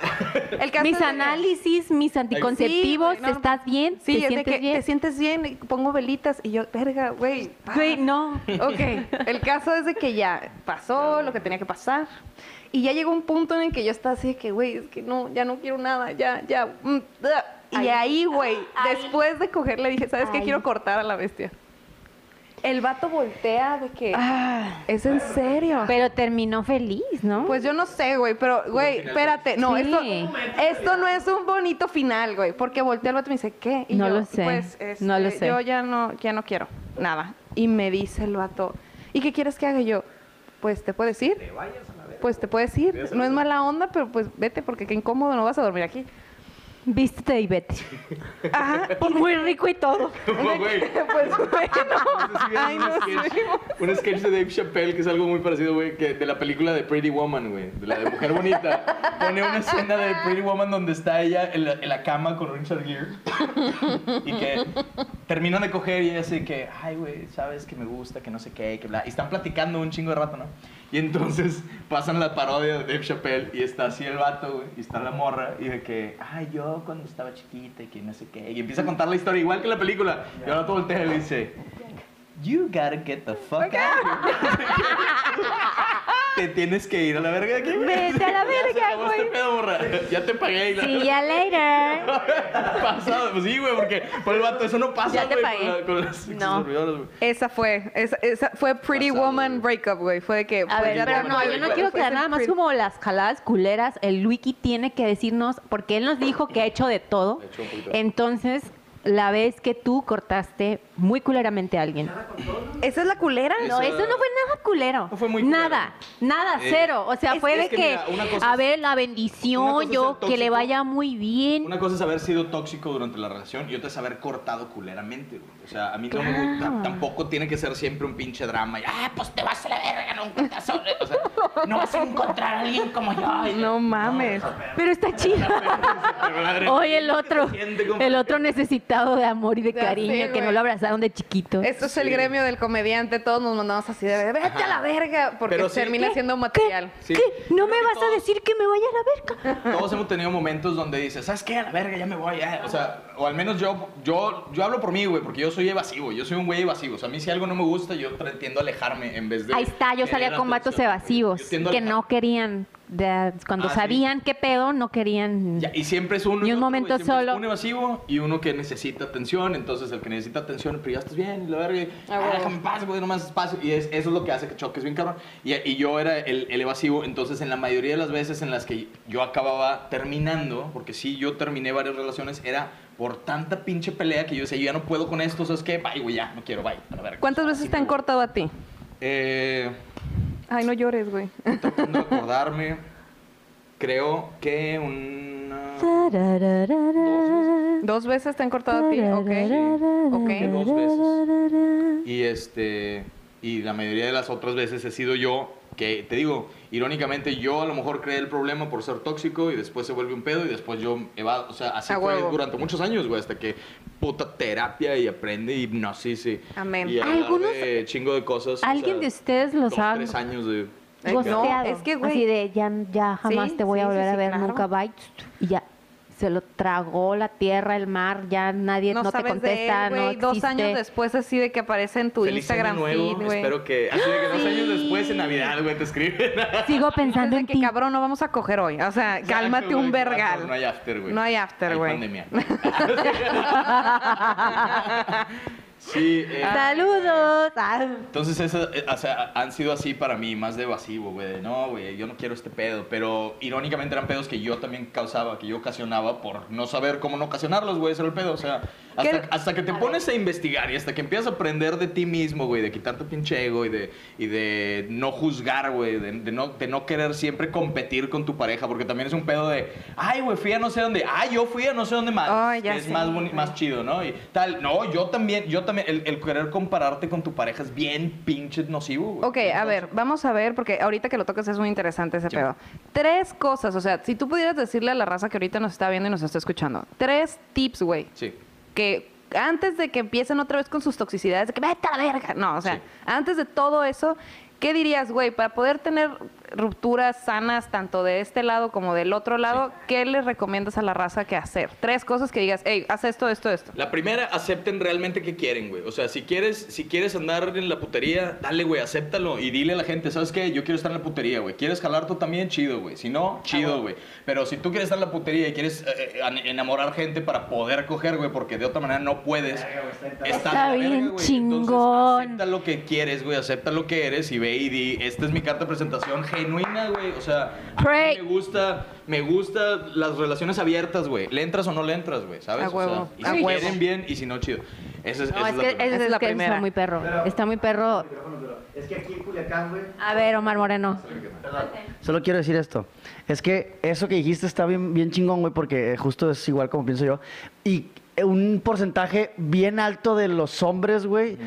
[SPEAKER 1] El caso es de
[SPEAKER 2] Mis
[SPEAKER 1] que-
[SPEAKER 2] análisis, mis anticonceptivos,
[SPEAKER 1] Sí, güey, no, no.
[SPEAKER 2] ¿estás bien?
[SPEAKER 1] Sí,
[SPEAKER 2] ¿Te
[SPEAKER 1] es de
[SPEAKER 2] sientes
[SPEAKER 1] que
[SPEAKER 2] bien?
[SPEAKER 1] te sientes bien, y pongo velitas y yo, verga, güey. pa".
[SPEAKER 2] Güey, no.
[SPEAKER 1] Ok, el caso es de que ya pasó lo que tenía que pasar. Y ya llegó un punto en el que yo estaba así de que, güey, es que no, ya no quiero nada, ya, ya. mm, ah.
[SPEAKER 2] Ahí.
[SPEAKER 1] Y ahí, güey,
[SPEAKER 2] Ahí.
[SPEAKER 1] después de coger le dije, ¿sabes qué?
[SPEAKER 2] Ahí.
[SPEAKER 1] Quiero cortar a la bestia. El vato voltea de que,
[SPEAKER 2] Ah.
[SPEAKER 1] ¿es en serio?
[SPEAKER 2] Pero terminó feliz, ¿no?
[SPEAKER 1] Pues yo no sé, güey, pero, güey,
[SPEAKER 3] final
[SPEAKER 1] espérate. No,
[SPEAKER 2] Sí.
[SPEAKER 1] esto, esto no es un bonito final, güey, porque volteé al vato y me dice, ¿qué? Y
[SPEAKER 2] No
[SPEAKER 1] yo,
[SPEAKER 2] lo sé,
[SPEAKER 1] Pues,
[SPEAKER 2] no lo sé.
[SPEAKER 1] Yo ya no, ya no quiero nada. Y me dice el vato, ¿y qué quieres que haga? Y yo, pues, ¿te puedes ir? Pues, ¿te puedes ir? No es mala onda, pero pues, vete, porque qué incómodo, no vas a dormir aquí.
[SPEAKER 2] Vístete y vete.
[SPEAKER 1] Ajá.
[SPEAKER 2] Pues muy rico y todo.
[SPEAKER 3] Güey, güey.
[SPEAKER 1] pues, bueno.
[SPEAKER 3] Sí,
[SPEAKER 1] Ay,
[SPEAKER 3] es un
[SPEAKER 1] no
[SPEAKER 3] sketch-
[SPEAKER 1] sé.
[SPEAKER 3] Un sketch de Dave Chappelle que es algo muy parecido, güey, que de la película de Pretty Woman, güey, de la de Mujer Bonita. Pone una escena de Pretty Woman donde está ella en la, en la cama con Richard Gere y que terminan de coger y ella así que, ay, güey, sabes que me gusta, que no sé qué, que bla. Y están platicando un chingo de rato, ¿no? Y entonces pasan la parodia de Dave Chappelle y está así el vato, güey, y está la morra y de que, ay, yo cuando estaba chiquita y que no sé qué. Y empieza a contar la historia igual que la película. Y ahora todo voltea y le dice, You gotta get the fuck out. te tienes que ir a la verga de aquí. güey.
[SPEAKER 2] Vete a la
[SPEAKER 3] Ya se
[SPEAKER 2] verga,
[SPEAKER 3] acabó este
[SPEAKER 2] güey.
[SPEAKER 3] pedo, morra. Ya te pagué y la
[SPEAKER 2] See ya later.
[SPEAKER 3] Pasado. Pues sí, güey, porque por el vato eso no pasa,
[SPEAKER 2] Ya te
[SPEAKER 3] güey,
[SPEAKER 2] pagué.
[SPEAKER 3] Con, la- con las
[SPEAKER 2] No.
[SPEAKER 3] servidoras, güey.
[SPEAKER 1] Esa fue, esa, esa fue Pretty
[SPEAKER 3] Pasado,
[SPEAKER 1] Woman
[SPEAKER 3] güey.
[SPEAKER 1] breakup, güey. Fue de que.
[SPEAKER 2] A
[SPEAKER 1] pues,
[SPEAKER 2] ver,
[SPEAKER 1] ya
[SPEAKER 2] pero
[SPEAKER 1] te-
[SPEAKER 2] no, yo no quiero
[SPEAKER 1] Fue
[SPEAKER 2] quedar nada más
[SPEAKER 1] pretty-
[SPEAKER 2] como las jaladas culeras. El Wiki tiene que decirnos, porque él nos dijo que ha hecho de todo.
[SPEAKER 3] Ha hecho un poquito.
[SPEAKER 2] Entonces, la vez que tú cortaste muy culeramente a alguien.
[SPEAKER 1] ¿Esa es la culera?
[SPEAKER 2] No, eso no fue nada culero.
[SPEAKER 3] No fue muy
[SPEAKER 2] Nada, nada,
[SPEAKER 3] Eh,
[SPEAKER 2] cero. O sea,
[SPEAKER 3] es-
[SPEAKER 2] fue
[SPEAKER 3] es
[SPEAKER 2] de
[SPEAKER 3] que
[SPEAKER 2] que,
[SPEAKER 3] mira, una cosa
[SPEAKER 2] a
[SPEAKER 3] es-
[SPEAKER 2] ver, la
[SPEAKER 3] una cosa
[SPEAKER 2] bendición,
[SPEAKER 3] es
[SPEAKER 2] yo,
[SPEAKER 3] ser
[SPEAKER 2] que le
[SPEAKER 3] tóxico,
[SPEAKER 2] vaya muy bien.
[SPEAKER 3] Una cosa es haber sido tóxico durante la relación y otra es haber cortado culeramente, güey. O sea, a mí no me gusta. Tampoco tiene que ser siempre un pinche drama. Y, ah, pues te vas a la verga, no encuentras solo. O sea, no vas a encontrar a alguien como yo. Y-
[SPEAKER 1] No mames.
[SPEAKER 2] Pero está chido.
[SPEAKER 3] Pero la verdad,
[SPEAKER 2] Oye, el otro,
[SPEAKER 3] siente como-
[SPEAKER 2] el otro necesitado de amor y de
[SPEAKER 1] Ya sé,
[SPEAKER 2] cariño, que
[SPEAKER 1] güey.
[SPEAKER 2] no lo abrazaron de chiquito.
[SPEAKER 1] Esto es el gremio del comediante, todos nos mandamos así de vete a la verga, porque
[SPEAKER 3] Pero sí-
[SPEAKER 1] termina
[SPEAKER 3] ¿Qué?
[SPEAKER 1] siendo material.
[SPEAKER 3] Sí.
[SPEAKER 2] ¿Qué? ¿No me
[SPEAKER 3] Creo que
[SPEAKER 2] vas a
[SPEAKER 3] todos-
[SPEAKER 2] decir que me vaya a la verga?
[SPEAKER 3] Todos hemos tenido momentos donde dices, ¿sabes qué? A la verga, ya me voy. ya". O sea, o al menos yo, yo, yo hablo por mí, güey, porque yo soy evasivo. Yo soy un güey evasivo. O sea, a mí si algo no me gusta, yo tra- tiendo a alejarme en vez de.
[SPEAKER 2] Ahí está, yo salía
[SPEAKER 3] querer
[SPEAKER 2] con vatos
[SPEAKER 3] atención, güey.
[SPEAKER 2] evasivos
[SPEAKER 3] Yo tiendo a
[SPEAKER 2] que
[SPEAKER 3] alejarme.
[SPEAKER 2] no querían, de- cuando
[SPEAKER 3] Ah, sí.
[SPEAKER 2] sabían qué pedo, no querían.
[SPEAKER 3] Ya, y siempre es uno.
[SPEAKER 2] Ni
[SPEAKER 3] y
[SPEAKER 2] un
[SPEAKER 3] otro, güey.
[SPEAKER 2] momento
[SPEAKER 3] Siempre es
[SPEAKER 2] solo.
[SPEAKER 3] Un evasivo y uno que necesita atención. Entonces, el que necesita atención, pero ya estás bien, y la verga. y,
[SPEAKER 1] Ah,
[SPEAKER 3] "Ah,
[SPEAKER 1] huevo.
[SPEAKER 3] déjame en paz, güey, no más espacio. Y es- eso es lo que hace que choques bien, cabrón. Y, y yo era el, el evasivo. Entonces, en la mayoría de las veces en las que yo acababa terminando, porque sí, yo terminé varias relaciones, era por tanta pinche pelea que yo decía, yo ya no puedo con esto, ¿sabes qué? Bye, güey, ya, no quiero, bye, a la verga.
[SPEAKER 1] ¿Cuántas
[SPEAKER 3] O sea,
[SPEAKER 1] veces
[SPEAKER 3] así
[SPEAKER 1] te han
[SPEAKER 3] me gusta.
[SPEAKER 1] cortado a ti?
[SPEAKER 3] Eh.
[SPEAKER 1] Ay, no llores, güey.
[SPEAKER 3] Tratando de acordarme, creo que una.
[SPEAKER 1] ¿Dos veces te han cortado a ti? Ok.
[SPEAKER 3] que
[SPEAKER 1] Ok.
[SPEAKER 3] dos veces. Y este y la mayoría de las otras veces he sido yo que te digo, irónicamente yo a lo mejor creé el problema por ser tóxico y después se vuelve un pedo y después yo evado, o sea, así
[SPEAKER 1] A
[SPEAKER 3] fue
[SPEAKER 1] huevo.
[SPEAKER 3] durante muchos años, güey, hasta que puta terapia y aprende hipnosis y
[SPEAKER 1] Amén.
[SPEAKER 3] y hablar
[SPEAKER 2] Algunos-
[SPEAKER 3] de chingo de cosas. o
[SPEAKER 2] ¿Alguien
[SPEAKER 3] sea,
[SPEAKER 2] de ustedes los
[SPEAKER 3] dos,
[SPEAKER 2] ha
[SPEAKER 3] tres años de
[SPEAKER 1] Ay, no,
[SPEAKER 2] gosteado?
[SPEAKER 1] es que, güey.
[SPEAKER 2] Así de, ya, ya jamás
[SPEAKER 1] Sí,
[SPEAKER 2] te voy a
[SPEAKER 1] sí,
[SPEAKER 2] volver
[SPEAKER 1] sí,
[SPEAKER 2] a
[SPEAKER 1] sí,
[SPEAKER 2] ver,
[SPEAKER 1] claro.
[SPEAKER 2] nunca, bye. Y ya, se lo tragó la tierra, el mar, ya nadie no, te
[SPEAKER 1] sabes
[SPEAKER 2] contesta,
[SPEAKER 1] de él, güey.
[SPEAKER 2] no
[SPEAKER 1] Dos años
[SPEAKER 2] existe.
[SPEAKER 1] después así de que aparece en tu
[SPEAKER 3] Feliz año
[SPEAKER 1] Instagram
[SPEAKER 3] nuevo.
[SPEAKER 1] feed, güey.
[SPEAKER 3] Espero que. Así de que dos años después, en Navidad, güey, te escriben.
[SPEAKER 2] Sigo pensando
[SPEAKER 1] Desde
[SPEAKER 2] en
[SPEAKER 1] que
[SPEAKER 2] ti.
[SPEAKER 1] cabrón, no vamos a coger hoy. O sea, cálmate
[SPEAKER 3] Exacto,
[SPEAKER 1] un
[SPEAKER 3] güey,
[SPEAKER 1] vergal.
[SPEAKER 3] No hay after, güey.
[SPEAKER 1] No hay after, güey.
[SPEAKER 3] pandemia. sí, eh,
[SPEAKER 2] Saludos. Ah.
[SPEAKER 3] entonces esas, eh, o sea, han sido así para mí, más de evasivo, güey. de, No, güey, yo no quiero este pedo. Pero irónicamente eran pedos que yo también causaba, que yo ocasionaba por no saber cómo no ocasionarlos, güey. Ese era el pedo. O sea, hasta,
[SPEAKER 1] ¿Qué-
[SPEAKER 3] hasta que te pones a investigar y hasta que empiezas a aprender de ti mismo, güey, de quitarte pinche ego y de, y de no juzgar, güey, de, de no, de no querer siempre competir con tu pareja, porque también es un pedo de, ay, güey, fui a no sé dónde, ay, yo fui a no sé dónde más.
[SPEAKER 1] Ay, ya
[SPEAKER 3] es
[SPEAKER 1] sé,
[SPEAKER 3] más, boni-
[SPEAKER 1] güey.
[SPEAKER 3] más chido, ¿no? Y tal, no, yo también, yo también, el, el querer compararte con tu pareja es bien pinche nocivo, güey.
[SPEAKER 1] Ok, a ver, vamos a ver, porque ahorita que lo tocas es muy interesante ese
[SPEAKER 3] Sí.
[SPEAKER 1] pedo. Tres cosas, o sea, si tú pudieras decirle a la raza que ahorita nos está viendo y nos está escuchando, tres tips, güey,
[SPEAKER 3] Sí.
[SPEAKER 1] que antes de que empiecen otra vez con sus toxicidades, de que vete a la verga, no, o sea,
[SPEAKER 3] Sí.
[SPEAKER 1] antes de todo eso, ¿qué dirías, güey, para poder tener rupturas sanas tanto de este lado como del otro lado, ¿qué le recomiendas a la raza que hacer? Tres cosas que digas, hey, haz esto, esto, esto.
[SPEAKER 3] La primera, acepten realmente que quieren, güey. O sea, si quieres, si quieres andar en la putería, dale, güey, acéptalo y dile a la gente, ¿sabes qué? Yo quiero estar en la putería, güey. ¿Quieres jalar tú también? Chido, güey. Si
[SPEAKER 2] Ah,
[SPEAKER 3] no, chido, güey. Pero si tú quieres estar en la putería y quieres eh, eh, an- enamorar gente para poder coger, güey, porque de otra manera no puedes.
[SPEAKER 2] Está
[SPEAKER 3] de la
[SPEAKER 2] bien
[SPEAKER 3] verga, güey.
[SPEAKER 2] chingón.
[SPEAKER 3] Entonces, acepta lo que quieres, güey, acepta lo que eres y ve y di, esta es mi carta de presentación genuina, güey. O sea, a mí
[SPEAKER 2] Pray.
[SPEAKER 3] me gusta, me gusta las relaciones abiertas, güey. ¿Le entras o no le entras, güey? ¿Sabes?
[SPEAKER 1] A
[SPEAKER 3] O sea,
[SPEAKER 1] huevo,
[SPEAKER 3] y
[SPEAKER 1] a
[SPEAKER 3] si
[SPEAKER 1] huevo.
[SPEAKER 3] quieren bien y si no, chido. Esa es,
[SPEAKER 2] No,
[SPEAKER 3] esa
[SPEAKER 2] es que,
[SPEAKER 3] es la primera.
[SPEAKER 2] es,
[SPEAKER 1] es
[SPEAKER 2] es
[SPEAKER 1] la
[SPEAKER 2] que
[SPEAKER 1] primera.
[SPEAKER 2] está muy perro. Está muy perro.
[SPEAKER 5] Es que aquí en Culiacán, güey.
[SPEAKER 2] A ver, Omar Moreno.
[SPEAKER 4] Solo quiero decir esto. Es que eso que dijiste está bien, bien chingón, güey, porque eh, justo es igual como pienso yo. Y eh, un porcentaje bien alto de los hombres, güey,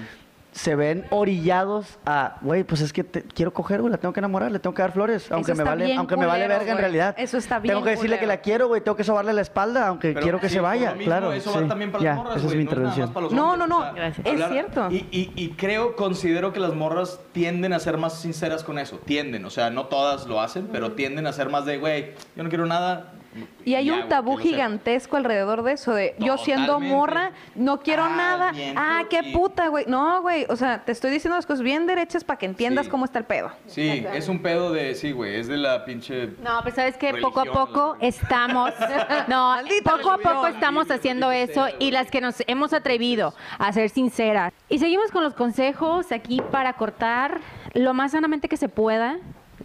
[SPEAKER 4] se ven orillados a, güey, pues es que te- quiero coger, güey, la tengo que enamorar, le tengo que dar flores, aunque me
[SPEAKER 1] está
[SPEAKER 4] vale,
[SPEAKER 1] bien
[SPEAKER 4] aunque me vale
[SPEAKER 1] culero,
[SPEAKER 4] verga en
[SPEAKER 1] güey.
[SPEAKER 4] realidad.
[SPEAKER 1] Eso está
[SPEAKER 4] Tengo
[SPEAKER 1] bien
[SPEAKER 4] que decirle que
[SPEAKER 1] culero.
[SPEAKER 4] la quiero, güey, tengo que sobarle la espalda, aunque
[SPEAKER 3] Pero
[SPEAKER 4] quiero que
[SPEAKER 3] sí,
[SPEAKER 4] se
[SPEAKER 3] por lo
[SPEAKER 4] vaya,
[SPEAKER 3] mismo,
[SPEAKER 4] claro.
[SPEAKER 3] Eso
[SPEAKER 4] sí,
[SPEAKER 3] va también para
[SPEAKER 4] ya,
[SPEAKER 3] las morras,
[SPEAKER 4] esa es
[SPEAKER 3] güey,
[SPEAKER 4] mi
[SPEAKER 3] no nada más
[SPEAKER 4] intervención.
[SPEAKER 3] para los
[SPEAKER 1] No, no,
[SPEAKER 3] hombres,
[SPEAKER 1] no,
[SPEAKER 3] o sea,
[SPEAKER 1] gracias. Es cierto.
[SPEAKER 3] Y, y- y creo, considero que las morras tienden a ser más sinceras con eso. Tienden, o sea, no todas lo hacen, pero tienden a ser más de, güey, yo no quiero nada.
[SPEAKER 1] Y hay
[SPEAKER 3] ya,
[SPEAKER 1] un
[SPEAKER 3] güey,
[SPEAKER 1] tabú
[SPEAKER 3] que lo sepa.
[SPEAKER 1] gigantesco alrededor de eso, de yo siendo
[SPEAKER 3] Totalmente.
[SPEAKER 1] morra, no quiero
[SPEAKER 3] Ah,
[SPEAKER 1] nada.
[SPEAKER 3] bien,
[SPEAKER 1] Ah, qué
[SPEAKER 3] sí.
[SPEAKER 1] puta, güey. No, güey. O sea, te estoy diciendo las cosas bien derechas para que entiendas
[SPEAKER 3] Sí.
[SPEAKER 1] cómo está el pedo.
[SPEAKER 3] Sí, es un pedo de, sí, güey, es de la pinche...
[SPEAKER 2] No, pero sabes que poco a
[SPEAKER 3] Religión,
[SPEAKER 2] poco
[SPEAKER 3] güey.
[SPEAKER 2] estamos, no,
[SPEAKER 1] Maldita
[SPEAKER 2] poco a
[SPEAKER 1] religión.
[SPEAKER 2] poco estamos haciendo eso y las que nos hemos atrevido a ser sinceras. Y seguimos con los consejos aquí para cortar lo más sanamente que se pueda.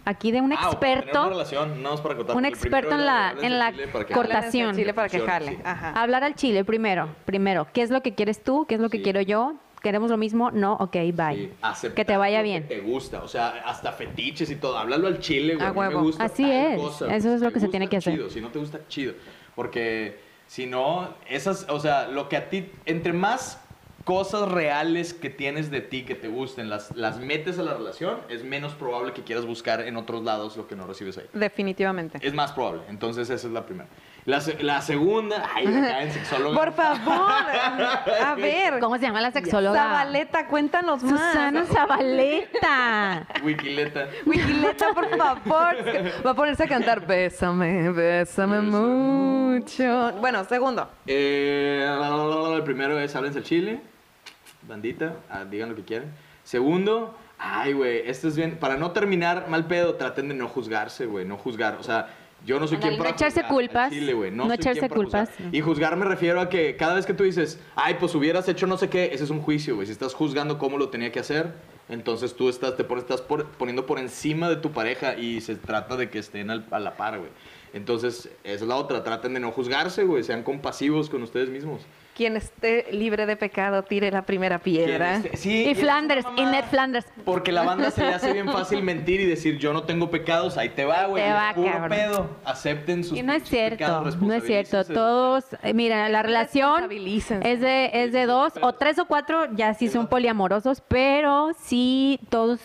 [SPEAKER 2] Aquí de un
[SPEAKER 3] Ah, o para tener
[SPEAKER 2] experto.
[SPEAKER 3] una relación, nada más para cortar,
[SPEAKER 2] Un
[SPEAKER 3] el primero
[SPEAKER 2] experto en
[SPEAKER 3] era
[SPEAKER 2] la-
[SPEAKER 3] hablarles
[SPEAKER 2] en
[SPEAKER 3] de
[SPEAKER 2] la
[SPEAKER 3] Chile para que-
[SPEAKER 2] corta-
[SPEAKER 1] Hablarles del
[SPEAKER 2] Cortación.
[SPEAKER 1] Chile para que
[SPEAKER 3] Cortación,
[SPEAKER 1] jale.
[SPEAKER 3] sí.
[SPEAKER 1] Ajá.
[SPEAKER 2] Hablar al chile primero, primero. ¿Qué es lo que quieres tú? ¿Qué es lo que
[SPEAKER 3] Sí.
[SPEAKER 2] quiero yo? ¿Queremos lo mismo? No, ok,
[SPEAKER 3] Sí,
[SPEAKER 2] bye.
[SPEAKER 3] aceptar
[SPEAKER 2] que te vaya
[SPEAKER 3] lo
[SPEAKER 2] bien.
[SPEAKER 3] te gusta, o sea, hasta fetiches y todo. Háblalo al chile, güey.
[SPEAKER 1] A
[SPEAKER 3] A mí
[SPEAKER 1] huevo.
[SPEAKER 3] Me gusta
[SPEAKER 2] Así
[SPEAKER 3] tal
[SPEAKER 2] es,
[SPEAKER 3] cosa,
[SPEAKER 2] eso
[SPEAKER 3] güey.
[SPEAKER 2] es
[SPEAKER 3] Si
[SPEAKER 2] lo que
[SPEAKER 3] te
[SPEAKER 2] se
[SPEAKER 3] gusta,
[SPEAKER 2] tiene que hacer.
[SPEAKER 3] Chido, si no te gusta, chido. Porque si no, esas, o sea, lo que a ti, entre más cosas reales que tienes de ti que te gusten, las, las metes a la relación, es menos probable que quieras buscar en otros lados lo que no recibes ahí.
[SPEAKER 1] Definitivamente.
[SPEAKER 3] Es más probable. Entonces, esa es la primera. La, se- la segunda, ay, acá en sexólogo.
[SPEAKER 1] Por favor. A ver.
[SPEAKER 2] ¿Cómo se llama la sexóloga?
[SPEAKER 1] Zabaleta, cuéntanos más.
[SPEAKER 2] Susana Zabaleta.
[SPEAKER 3] Wikileta.
[SPEAKER 1] Wikileta, por favor. Va a ponerse a cantar. Bésame, bésame
[SPEAKER 3] Bésame.
[SPEAKER 1] mucho. Bueno, segundo.
[SPEAKER 3] Eh, la, la, la, la, el primero es háblense al chile, bandita, ah, digan lo que quieran. Segundo, ay, güey, esto es bien. Para no terminar mal pedo, traten de no juzgarse, güey, no juzgar. O sea, yo no soy
[SPEAKER 2] Ándale,
[SPEAKER 3] quien para
[SPEAKER 2] no echarse
[SPEAKER 3] juzgar,
[SPEAKER 2] culpas,
[SPEAKER 3] al chile, güey, no
[SPEAKER 2] no
[SPEAKER 3] soy quien
[SPEAKER 2] echarse
[SPEAKER 3] para juzgar.
[SPEAKER 2] culpas.
[SPEAKER 3] Y juzgar me refiero a que cada vez que tú dices, ay, pues hubieras hecho no sé qué, ese es un juicio, güey. Si estás juzgando cómo lo tenía que hacer, entonces tú estás, te pones- estás por- poniendo por encima de tu pareja y se trata de que estén al- a la par, güey. Entonces, esa es la otra. Traten de no juzgarse, güey. Sean compasivos con ustedes mismos.
[SPEAKER 1] Quien esté libre de pecado, tire la primera piedra.
[SPEAKER 3] ¿Quién es? Sí,
[SPEAKER 2] Y
[SPEAKER 3] es
[SPEAKER 2] Flanders,
[SPEAKER 3] una
[SPEAKER 2] y
[SPEAKER 3] mamada.
[SPEAKER 2] Ned Flanders.
[SPEAKER 3] Porque la banda se le hace bien fácil mentir y decir, yo no tengo pecados, ahí te va, güey.
[SPEAKER 2] te
[SPEAKER 3] Es
[SPEAKER 2] va,
[SPEAKER 3] puro
[SPEAKER 2] cabrón.
[SPEAKER 3] pedo. Acepten sus
[SPEAKER 2] Y no es
[SPEAKER 3] pinches
[SPEAKER 2] cierto,
[SPEAKER 3] pecados,
[SPEAKER 2] no es cierto.
[SPEAKER 3] responsabilícense.
[SPEAKER 2] Todos, eh, mira, la relación
[SPEAKER 1] Responsabilícense.
[SPEAKER 2] es de, es de dos o tres o cuatro, ya sí son poliamorosos, pero sí todos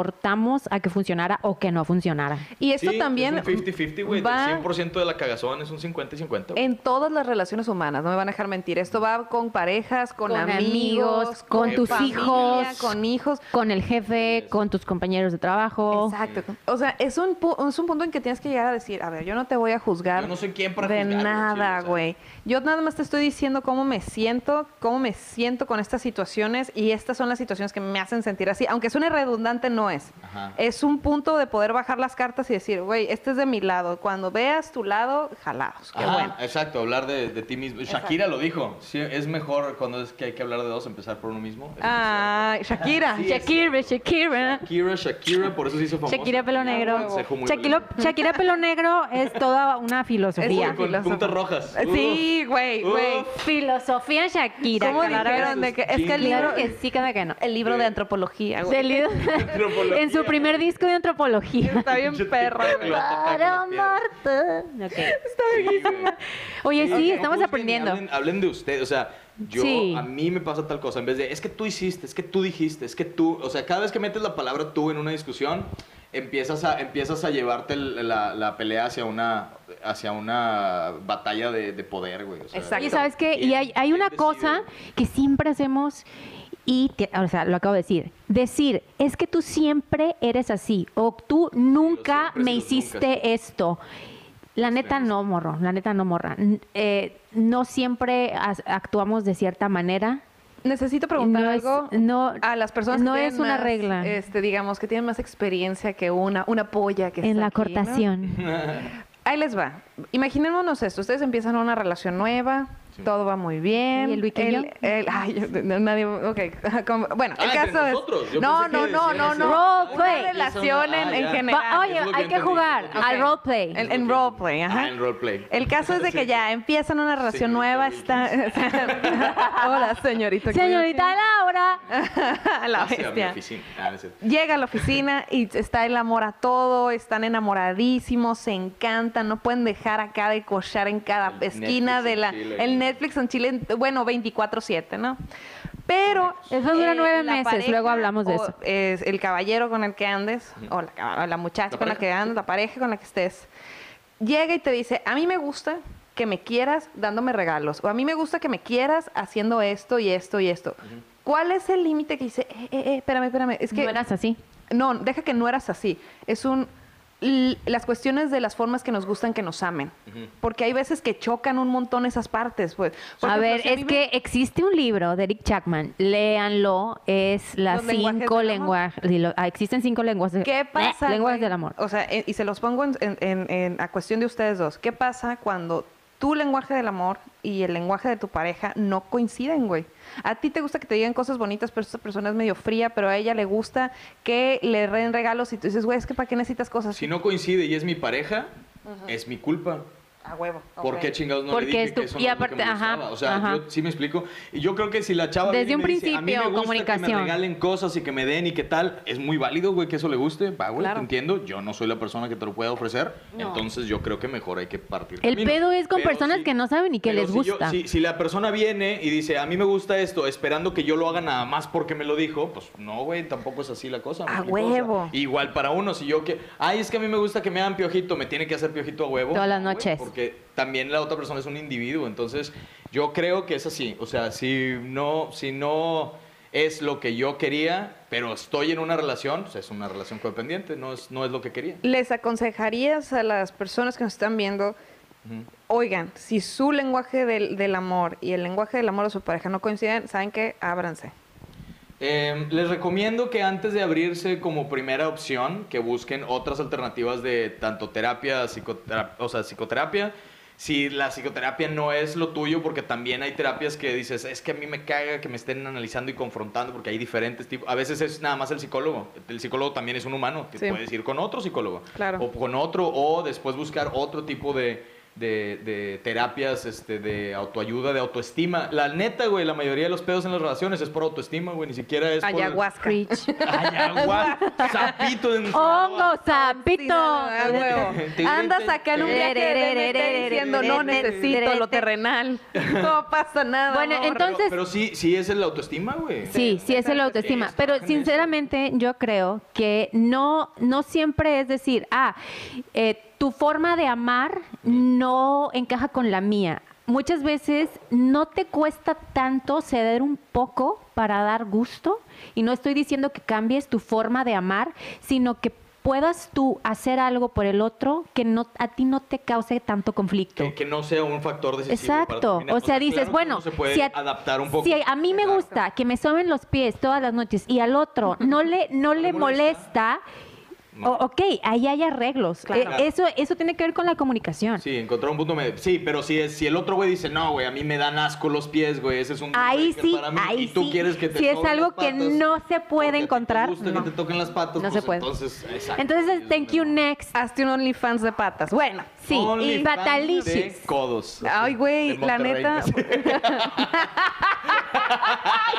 [SPEAKER 2] aportamos a que funcionara o que no funcionara.
[SPEAKER 1] Y esto
[SPEAKER 3] Sí,
[SPEAKER 1] también
[SPEAKER 3] Es un 50-50, güey.
[SPEAKER 1] va-
[SPEAKER 3] Del 100% de la cagazón es un 50-50. güey.
[SPEAKER 1] En todas las relaciones humanas, no me van a dejar mentir. Esto va con parejas, con,
[SPEAKER 2] Con
[SPEAKER 1] amigos,
[SPEAKER 2] amigos, con
[SPEAKER 3] tus
[SPEAKER 2] hijos.
[SPEAKER 1] con hijos.
[SPEAKER 2] Con el jefe,
[SPEAKER 3] Yes.
[SPEAKER 2] con tus compañeros de trabajo.
[SPEAKER 1] Exacto. O sea, es un, pu- es un punto en que tienes que llegar a decir, a ver, yo no te voy a juzgar.
[SPEAKER 3] Yo no soy quien para
[SPEAKER 1] De
[SPEAKER 3] juzgar, güey,
[SPEAKER 1] nada,
[SPEAKER 3] sí, o sea.
[SPEAKER 1] güey. Yo nada más te estoy diciendo cómo me siento, cómo me siento con estas situaciones y estas son las situaciones que me hacen sentir así. Aunque suene redundante, no es.
[SPEAKER 3] Ajá.
[SPEAKER 1] Es un punto de poder bajar las cartas y decir, güey, este es de mi lado. Cuando veas tu lado, jalados. Qué
[SPEAKER 3] Ajá,
[SPEAKER 1] bueno.
[SPEAKER 3] Exacto, hablar de, de ti mismo. Shakira lo dijo. sí, es mejor cuando es que hay que hablar de dos, empezar por uno mismo. Es
[SPEAKER 1] Ah, Shakira.
[SPEAKER 3] Sí, es-
[SPEAKER 2] Shakira, Shakira.
[SPEAKER 3] Shakira, Shakira, por eso se hizo famosa.
[SPEAKER 2] Shakira pelo negro.
[SPEAKER 3] Consejo muy
[SPEAKER 2] Shakira,
[SPEAKER 3] valioso.
[SPEAKER 2] Shakira pelo negro es toda una filosofía.
[SPEAKER 1] Es
[SPEAKER 3] Con
[SPEAKER 1] filósofo.
[SPEAKER 3] puntas rojas.
[SPEAKER 1] Sí, güey, güey.
[SPEAKER 3] Uf.
[SPEAKER 2] Filosofía Shakira.
[SPEAKER 1] ¿Cómo
[SPEAKER 2] claro que
[SPEAKER 1] dijeron de que es que el libro
[SPEAKER 2] Claro que sí, cada que no.
[SPEAKER 1] el libro de
[SPEAKER 3] Sí.
[SPEAKER 1] antropología, güey.
[SPEAKER 2] Del libro-
[SPEAKER 3] Antropología.
[SPEAKER 2] en su primer disco de antropología.
[SPEAKER 1] Está bien
[SPEAKER 3] Yo te-
[SPEAKER 1] perro.
[SPEAKER 3] lo
[SPEAKER 1] güey.
[SPEAKER 3] ataca con las piedras.
[SPEAKER 2] Ok.
[SPEAKER 3] Sí, güey.
[SPEAKER 2] Oye, sí,
[SPEAKER 3] Ok, no
[SPEAKER 2] estamos
[SPEAKER 3] juzguen y
[SPEAKER 2] aprendiendo.
[SPEAKER 3] Hablen, hablen de usted, o sea, yo,
[SPEAKER 2] Sí.
[SPEAKER 3] a mí me pasa tal cosa, en vez de, es que tú hiciste, es que tú dijiste, es que tú, o sea, cada vez que metes la palabra tú en una discusión, empiezas a, empiezas a llevarte el- la, la pelea hacia una, hacia una batalla de, de poder, güey. o sea,
[SPEAKER 1] Exacto.
[SPEAKER 2] Y sabes qué, y
[SPEAKER 3] ¿quién-
[SPEAKER 2] hay, hay una
[SPEAKER 3] quién decide?
[SPEAKER 2] cosa que siempre hacemos y, te- o sea, lo acabo de decir, decir, es que tú siempre eres así o tú nunca
[SPEAKER 3] siempre
[SPEAKER 2] me
[SPEAKER 3] y los
[SPEAKER 2] hiciste
[SPEAKER 3] nunca.
[SPEAKER 2] esto. La neta
[SPEAKER 3] Extremos.
[SPEAKER 2] no, morro, la neta no, morra. N- eh, no siempre as- actuamos de cierta manera.
[SPEAKER 1] Necesito preguntar
[SPEAKER 2] No es-
[SPEAKER 1] algo
[SPEAKER 2] no-
[SPEAKER 1] a las personas que
[SPEAKER 2] no
[SPEAKER 1] tienen
[SPEAKER 2] es una
[SPEAKER 1] más,
[SPEAKER 2] regla.
[SPEAKER 1] Este, digamos, que tienen más experiencia que una, una polla que
[SPEAKER 2] En
[SPEAKER 1] está
[SPEAKER 2] la
[SPEAKER 1] aquí, ¿no?
[SPEAKER 2] cortación.
[SPEAKER 1] Ahí les va. Imaginémonos esto. Ustedes empiezan una relación nueva,
[SPEAKER 3] Sí.
[SPEAKER 1] todo va muy bien.
[SPEAKER 2] ¿Y el Luiquillo?
[SPEAKER 1] el- ay, yo- no, nadie. Ok. como- bueno,
[SPEAKER 3] Ah,
[SPEAKER 1] el
[SPEAKER 3] entre
[SPEAKER 1] caso es.
[SPEAKER 3] nosotros. Yo
[SPEAKER 1] No,
[SPEAKER 3] pensé
[SPEAKER 1] no,
[SPEAKER 3] que
[SPEAKER 1] no,
[SPEAKER 3] decían
[SPEAKER 1] no,
[SPEAKER 3] así.
[SPEAKER 1] no.
[SPEAKER 2] Roleplay.
[SPEAKER 1] Una relación en,
[SPEAKER 3] Ah,
[SPEAKER 1] en
[SPEAKER 3] ya.
[SPEAKER 1] general.
[SPEAKER 2] Va- oye,
[SPEAKER 3] es lo que
[SPEAKER 2] hay que
[SPEAKER 3] entendí,
[SPEAKER 2] jugar
[SPEAKER 3] es
[SPEAKER 1] lo que
[SPEAKER 2] al
[SPEAKER 1] entendí.
[SPEAKER 2] roleplay.
[SPEAKER 1] En- en roleplay, ajá.
[SPEAKER 3] Ah, en roleplay.
[SPEAKER 1] El caso es de que ya empiezan una relación
[SPEAKER 3] Señorita
[SPEAKER 1] nueva.
[SPEAKER 3] Vicky.
[SPEAKER 1] Está, hola, señorita.
[SPEAKER 2] Señorita Laura.
[SPEAKER 1] A la
[SPEAKER 3] Pase a mi
[SPEAKER 1] bestia.
[SPEAKER 3] oficina. Ah, no es cierto.
[SPEAKER 1] Llega a la oficina y está el amor a todo, están enamoradísimos, se encantan, no pueden dejar acá de cochar en cada
[SPEAKER 3] El
[SPEAKER 1] esquina
[SPEAKER 3] Netflix
[SPEAKER 1] de
[SPEAKER 3] en
[SPEAKER 1] la...
[SPEAKER 3] Chile, güey.
[SPEAKER 1] el Netflix en Chile, bueno, 24-7, ¿no? Pero...
[SPEAKER 2] Eso dura nueve
[SPEAKER 1] la
[SPEAKER 2] meses, luego hablamos de
[SPEAKER 1] o,
[SPEAKER 2] eso.
[SPEAKER 1] es el caballero con el que andes, o la, cab- o la muchacha
[SPEAKER 3] La
[SPEAKER 1] con la
[SPEAKER 3] pareja.
[SPEAKER 1] que andes, la pareja con la que estés, llega y te dice, a mí me gusta que me quieras dándome regalos, o a mí me gusta que me quieras haciendo esto y esto y esto. ¿Cuál es el límite que dice, eh, eh, eh, espérame, espérame, es que...
[SPEAKER 2] No eras así.
[SPEAKER 1] No, deja que no eras así. Es un l- las cuestiones de las formas que nos gustan que nos amen.
[SPEAKER 3] Ujú.
[SPEAKER 1] Porque hay veces que chocan un montón esas partes, pues. Por
[SPEAKER 2] a
[SPEAKER 1] ejemplo,
[SPEAKER 2] ver,
[SPEAKER 1] si
[SPEAKER 2] es
[SPEAKER 1] mí me-
[SPEAKER 2] que existe un libro de Eric Chapman, léanlo, es las
[SPEAKER 1] Los lenguajes
[SPEAKER 2] cinco
[SPEAKER 1] del amor.
[SPEAKER 2] lenguajes, existen cinco lenguajes, de-
[SPEAKER 1] ¿Qué pasa?
[SPEAKER 2] eh, lenguajes
[SPEAKER 1] güey?
[SPEAKER 2] del amor.
[SPEAKER 1] O sea, eh, y se los pongo en, en- en- en- a cuestión de ustedes dos. ¿Qué pasa cuando tu lenguaje del amor y el lenguaje de tu pareja no coinciden, güey? A ti te gusta que te digan cosas bonitas, pero esta persona es medio fría, pero a ella le gusta que le den regalos y tú dices, güey, es que ¿para qué necesitas cosas?
[SPEAKER 3] Si no coincide y es mi pareja, es mi culpa.
[SPEAKER 1] A huevo.
[SPEAKER 3] ¿Por
[SPEAKER 1] ok.
[SPEAKER 3] qué chingados no
[SPEAKER 2] Porque
[SPEAKER 3] le dije
[SPEAKER 2] es tu-
[SPEAKER 3] que eso
[SPEAKER 2] y
[SPEAKER 3] no es lo
[SPEAKER 2] aparte-
[SPEAKER 3] que me
[SPEAKER 2] ajá,
[SPEAKER 3] gustaba? O sea,
[SPEAKER 2] ajá.
[SPEAKER 3] yo sí me explico. Y yo creo que si la chava
[SPEAKER 2] Desde
[SPEAKER 3] viene y
[SPEAKER 2] un
[SPEAKER 3] me dice, a mí me
[SPEAKER 2] principio,
[SPEAKER 3] gusta que
[SPEAKER 2] comunicación.
[SPEAKER 3] me regalen cosas y que me den y qué tal, es muy válido, güey, que eso le guste. Va, güey,
[SPEAKER 1] Claro.
[SPEAKER 3] te entiendo. Yo no soy la persona que te lo pueda ofrecer. Entonces yo creo que mejor hay que partir
[SPEAKER 2] El
[SPEAKER 3] camino.
[SPEAKER 2] pedo es con
[SPEAKER 3] Pero
[SPEAKER 2] personas
[SPEAKER 3] si-
[SPEAKER 2] que no saben ni qué
[SPEAKER 3] pero
[SPEAKER 2] les
[SPEAKER 3] si yo-
[SPEAKER 2] gusta.
[SPEAKER 3] si, si la persona viene y dice, a mí me gusta esto, esperando que yo lo haga nada más porque me lo dijo, pues no, güey, tampoco es así la cosa. ¿me
[SPEAKER 1] A
[SPEAKER 3] explico? O sea,
[SPEAKER 1] huevo.
[SPEAKER 3] igual para uno, si yo que, ay, es que a mí me gusta que me hagan piojito, me tiene que hacer piojito a huevo.
[SPEAKER 2] Todas las
[SPEAKER 3] No, güey,
[SPEAKER 2] noches.
[SPEAKER 3] Porque también la otra persona es un individuo, entonces yo creo que es así. O sea, si no, si no es lo que yo quería, pero estoy en una relación, pues, es una relación codependiente, no es, no es lo que quería.
[SPEAKER 1] ¿Les aconsejarías a las personas que nos están viendo,
[SPEAKER 3] Ujú.
[SPEAKER 1] oigan, si su lenguaje del, del amor y el lenguaje del amor de su pareja no coinciden, saben que ábranse.
[SPEAKER 3] Eh, les recomiendo que antes de abrirse como primera opción, que busquen otras alternativas de tanto terapia, psicoterapia, o sea, psicoterapia. Si la psicoterapia no es lo tuyo, porque también hay terapias que dices, es que a mí me caga que me estén analizando y confrontando, porque hay diferentes tipos. A veces es nada más el psicólogo. El psicólogo también es un humano, que
[SPEAKER 1] Sí.
[SPEAKER 3] puedes ir con otro psicólogo.
[SPEAKER 1] Claro.
[SPEAKER 3] O con otro, o después buscar otro tipo de, de, de terapias este, de autoayuda, de autoestima. La neta, güey, la mayoría de los pedos en las relaciones es por autoestima, güey, ni siquiera es por...
[SPEAKER 1] Ayahuasca.
[SPEAKER 2] Preach.
[SPEAKER 3] Ayahuasca. Sapito
[SPEAKER 2] Oh,
[SPEAKER 3] en
[SPEAKER 1] Sí,
[SPEAKER 2] Hongo,
[SPEAKER 1] no,
[SPEAKER 2] sapito.
[SPEAKER 1] no, a huevo. Andas acá en un viaje de DMT diciendo no necesito lo terrenal. No pasa nada.
[SPEAKER 2] Bueno,
[SPEAKER 1] amor.
[SPEAKER 2] entonces-
[SPEAKER 3] Pero, pero sí, sí es el autoestima, güey.
[SPEAKER 2] Sí, sí es el autoestima.
[SPEAKER 3] Esto,
[SPEAKER 2] Pero
[SPEAKER 3] bajen
[SPEAKER 2] sinceramente yo creo que no, no siempre es decir, ah, eh, tu forma de amar no encaja con la mía. Muchas veces no te cuesta tanto ceder un poco para dar gusto. Y no estoy diciendo que cambies tu forma de amar, sino que puedas tú hacer algo por el otro que no a ti no te cause tanto conflicto.
[SPEAKER 3] Que, que no sea un factor decisivo. para
[SPEAKER 2] Exacto.
[SPEAKER 3] terminar.
[SPEAKER 2] o sea, dices,
[SPEAKER 3] claro que
[SPEAKER 2] bueno,
[SPEAKER 3] uno se puede
[SPEAKER 2] si a,
[SPEAKER 3] adaptar un poco.
[SPEAKER 2] si a mí me
[SPEAKER 3] Claro.
[SPEAKER 2] gusta que me soben los pies todas las noches y al otro no le, no le molesta,
[SPEAKER 3] No.
[SPEAKER 2] o- ok, ahí hay arreglos.
[SPEAKER 1] Claro.
[SPEAKER 2] Eh, eso, eso tiene que ver con la comunicación.
[SPEAKER 3] Sí, encontrar un punto medio. Sí, pero si, es, si el otro güey dice, no, güey, a mí me dan asco los pies, güey, ese es un
[SPEAKER 2] Ahí
[SPEAKER 3] breaker
[SPEAKER 2] sí,
[SPEAKER 3] para mí",
[SPEAKER 2] ahí
[SPEAKER 3] y tú
[SPEAKER 2] sí.
[SPEAKER 3] quieres que te
[SPEAKER 2] Si es
[SPEAKER 3] toquen
[SPEAKER 2] algo
[SPEAKER 3] las
[SPEAKER 2] que
[SPEAKER 3] patas,
[SPEAKER 2] no se puede
[SPEAKER 3] porque a ti
[SPEAKER 2] encontrar,
[SPEAKER 3] Te gusta
[SPEAKER 2] no.
[SPEAKER 3] que te toquen las patas,
[SPEAKER 2] No
[SPEAKER 3] pues,
[SPEAKER 2] se puede.
[SPEAKER 3] Entonces, exacto.
[SPEAKER 2] Entonces,
[SPEAKER 3] Eso
[SPEAKER 2] thank
[SPEAKER 3] me
[SPEAKER 2] you
[SPEAKER 3] va.
[SPEAKER 2] next.
[SPEAKER 1] Hazte un OnlyFans de patas. Bueno.
[SPEAKER 2] Sí,
[SPEAKER 3] Only
[SPEAKER 2] y
[SPEAKER 3] fans
[SPEAKER 2] fatalicis.
[SPEAKER 3] de Codos.
[SPEAKER 1] Ay, güey,
[SPEAKER 3] De
[SPEAKER 1] la
[SPEAKER 3] Monterrey.
[SPEAKER 1] neta.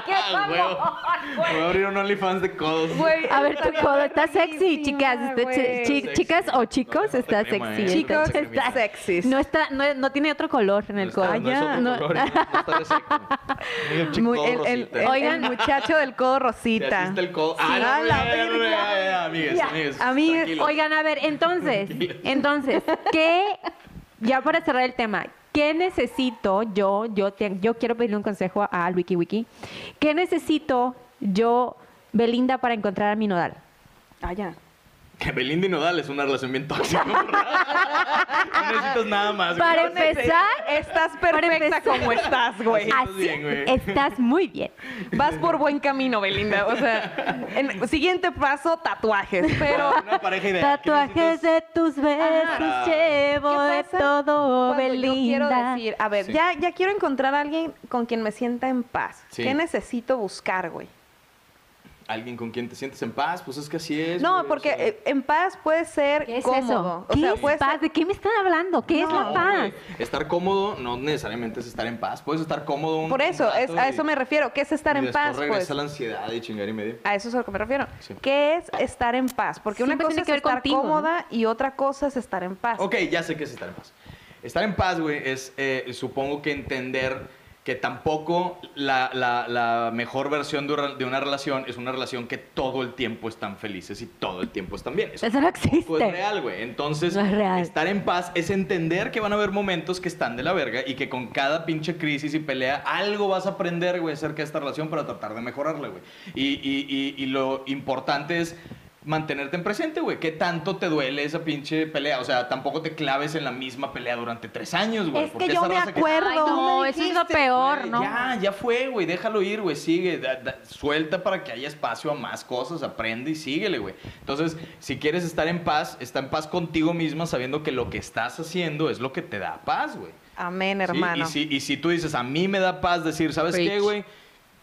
[SPEAKER 2] ¡Qué
[SPEAKER 3] Ah, güey. Voy a abrir un OnlyFans de codos.
[SPEAKER 1] Güey,
[SPEAKER 2] A ver, tu
[SPEAKER 1] estaría
[SPEAKER 2] codo está sexy,
[SPEAKER 1] padrísima,
[SPEAKER 2] chicas. Este,
[SPEAKER 1] güey.
[SPEAKER 2] chi-
[SPEAKER 3] Sexy.
[SPEAKER 2] chicas o chicos,
[SPEAKER 3] No,
[SPEAKER 2] está
[SPEAKER 3] no te crema,
[SPEAKER 2] sexy.
[SPEAKER 3] eh.
[SPEAKER 2] Está-
[SPEAKER 1] Chicos,
[SPEAKER 3] Entonces,
[SPEAKER 2] está-
[SPEAKER 3] mira.
[SPEAKER 1] sexys.
[SPEAKER 2] no, está, no, no tiene otro color en el
[SPEAKER 3] No está-
[SPEAKER 2] codo. Ah,
[SPEAKER 3] no es otro
[SPEAKER 2] No.
[SPEAKER 3] color, no está de seco. Muy chico,
[SPEAKER 1] Muy- el, el-
[SPEAKER 3] rosita.
[SPEAKER 1] el-
[SPEAKER 2] Oigan.
[SPEAKER 1] el muchacho del codo
[SPEAKER 3] Te
[SPEAKER 1] rosita.
[SPEAKER 3] asiste el codo. Ah,
[SPEAKER 1] Sí.
[SPEAKER 3] no,
[SPEAKER 1] Ah,
[SPEAKER 3] no,
[SPEAKER 1] la
[SPEAKER 3] no, no, no, no,
[SPEAKER 1] verga.
[SPEAKER 3] no, no, amigues,
[SPEAKER 1] Ya.
[SPEAKER 3] amigues,
[SPEAKER 1] Amigues,
[SPEAKER 3] tranquilos.
[SPEAKER 2] Oigan, a ver, entonces, entonces, ¿qué? Ya para cerrar el tema, ¿qué necesito yo? Yo, te- yo quiero pedirle un consejo a Wiki Wiki. ¿Qué necesito yo, Belinda, para encontrar a mi nodal?
[SPEAKER 1] Ah, ya.
[SPEAKER 3] Que Belinda y Nodal es una relación bien tóxica. no necesitas nada más. güey.
[SPEAKER 2] Para
[SPEAKER 3] No
[SPEAKER 2] empezar,
[SPEAKER 1] Estás
[SPEAKER 2] Para
[SPEAKER 1] perfecta
[SPEAKER 2] empezar.
[SPEAKER 1] como estás, güey.
[SPEAKER 3] Estás bien, güey.
[SPEAKER 2] estás muy bien.
[SPEAKER 1] Vas por buen camino, Belinda. O sea, en- siguiente paso, tatuajes. Pero
[SPEAKER 3] necesitas Una pareja ideal. ¿Qué
[SPEAKER 2] Tatuajes
[SPEAKER 3] necesitas? Ah.
[SPEAKER 2] de tus besos
[SPEAKER 3] Ajá.
[SPEAKER 2] llevo de
[SPEAKER 1] pasa
[SPEAKER 2] todo,
[SPEAKER 1] cuando
[SPEAKER 2] Belinda.
[SPEAKER 1] yo quiero decir, a ver,
[SPEAKER 3] Sí.
[SPEAKER 1] ya, ya quiero encontrar a alguien con quien me sienta en paz.
[SPEAKER 3] Sí.
[SPEAKER 1] ¿Qué necesito buscar, güey?
[SPEAKER 3] Alguien con quien te sientes en paz, pues es que así es.
[SPEAKER 1] No,
[SPEAKER 3] güey, o
[SPEAKER 1] porque
[SPEAKER 3] sea.
[SPEAKER 1] eh, en paz puede ser
[SPEAKER 2] ¿Qué es
[SPEAKER 1] cómodo.
[SPEAKER 2] eso?
[SPEAKER 1] O
[SPEAKER 2] ¿Qué
[SPEAKER 1] sea,
[SPEAKER 2] es
[SPEAKER 1] puede
[SPEAKER 2] paz?
[SPEAKER 1] ser-
[SPEAKER 2] ¿De qué me están hablando? ¿Qué es la
[SPEAKER 1] No,
[SPEAKER 2] paz?
[SPEAKER 3] güey, Estar cómodo no necesariamente es estar en paz. Puedes estar cómodo un
[SPEAKER 1] Por eso,
[SPEAKER 3] un
[SPEAKER 1] es-
[SPEAKER 3] rato
[SPEAKER 1] a
[SPEAKER 3] y-
[SPEAKER 1] eso me refiero. ¿Qué es estar
[SPEAKER 3] y
[SPEAKER 1] en
[SPEAKER 3] después
[SPEAKER 1] paz?
[SPEAKER 3] regresa
[SPEAKER 1] Pues?
[SPEAKER 3] la ansiedad y chingar y medio.
[SPEAKER 1] A eso es a lo que me refiero.
[SPEAKER 3] Sí.
[SPEAKER 1] ¿Qué es estar en paz? Porque una
[SPEAKER 2] Siempre
[SPEAKER 1] cosa
[SPEAKER 2] tiene
[SPEAKER 1] es
[SPEAKER 2] que ver
[SPEAKER 1] estar
[SPEAKER 2] contigo, ¿no?
[SPEAKER 1] cómoda y otra cosa es estar en paz.
[SPEAKER 3] Ok, ya sé qué es estar en paz. Estar en paz, güey, es eh, supongo que entender que tampoco la, la- la mejor versión de una- de una relación es una relación que todo el tiempo están felices y todo el tiempo están bien. Eso
[SPEAKER 2] Eso no
[SPEAKER 3] tampoco es
[SPEAKER 2] existe.
[SPEAKER 3] Pues real, güey. Entonces,
[SPEAKER 2] No es real.
[SPEAKER 3] estar en paz es entender que van a haber momentos que están de la verga y que con cada pinche crisis y pelea algo vas a aprender, güey, acerca de esta relación para tratar de mejorarla, güey. Y, y- y- y lo importante es mantenerte en presente, güey. ¿Qué tanto te duele esa pinche pelea? O sea, tampoco te claves en la misma pelea durante tres años, güey.
[SPEAKER 1] Es
[SPEAKER 3] porque
[SPEAKER 1] que
[SPEAKER 3] esa
[SPEAKER 1] yo me
[SPEAKER 3] raza que-
[SPEAKER 1] acuerdo.
[SPEAKER 2] Ay, no, eso es lo peor,
[SPEAKER 3] Güey,
[SPEAKER 2] ¿no?
[SPEAKER 3] Ya, ya fue, güey. Déjalo ir, güey. Sigue. Da- da- suelta para que haya espacio a más cosas. Aprende y síguele, güey. Entonces, si quieres estar en paz, está en paz contigo misma sabiendo que lo que estás haciendo es lo que te da paz, güey.
[SPEAKER 1] Amén,
[SPEAKER 3] Sí,
[SPEAKER 1] hermano.
[SPEAKER 3] Y, si, y si tú dices, a mí me da paz decir, ¿sabes qué,
[SPEAKER 2] Preach.
[SPEAKER 3] güey?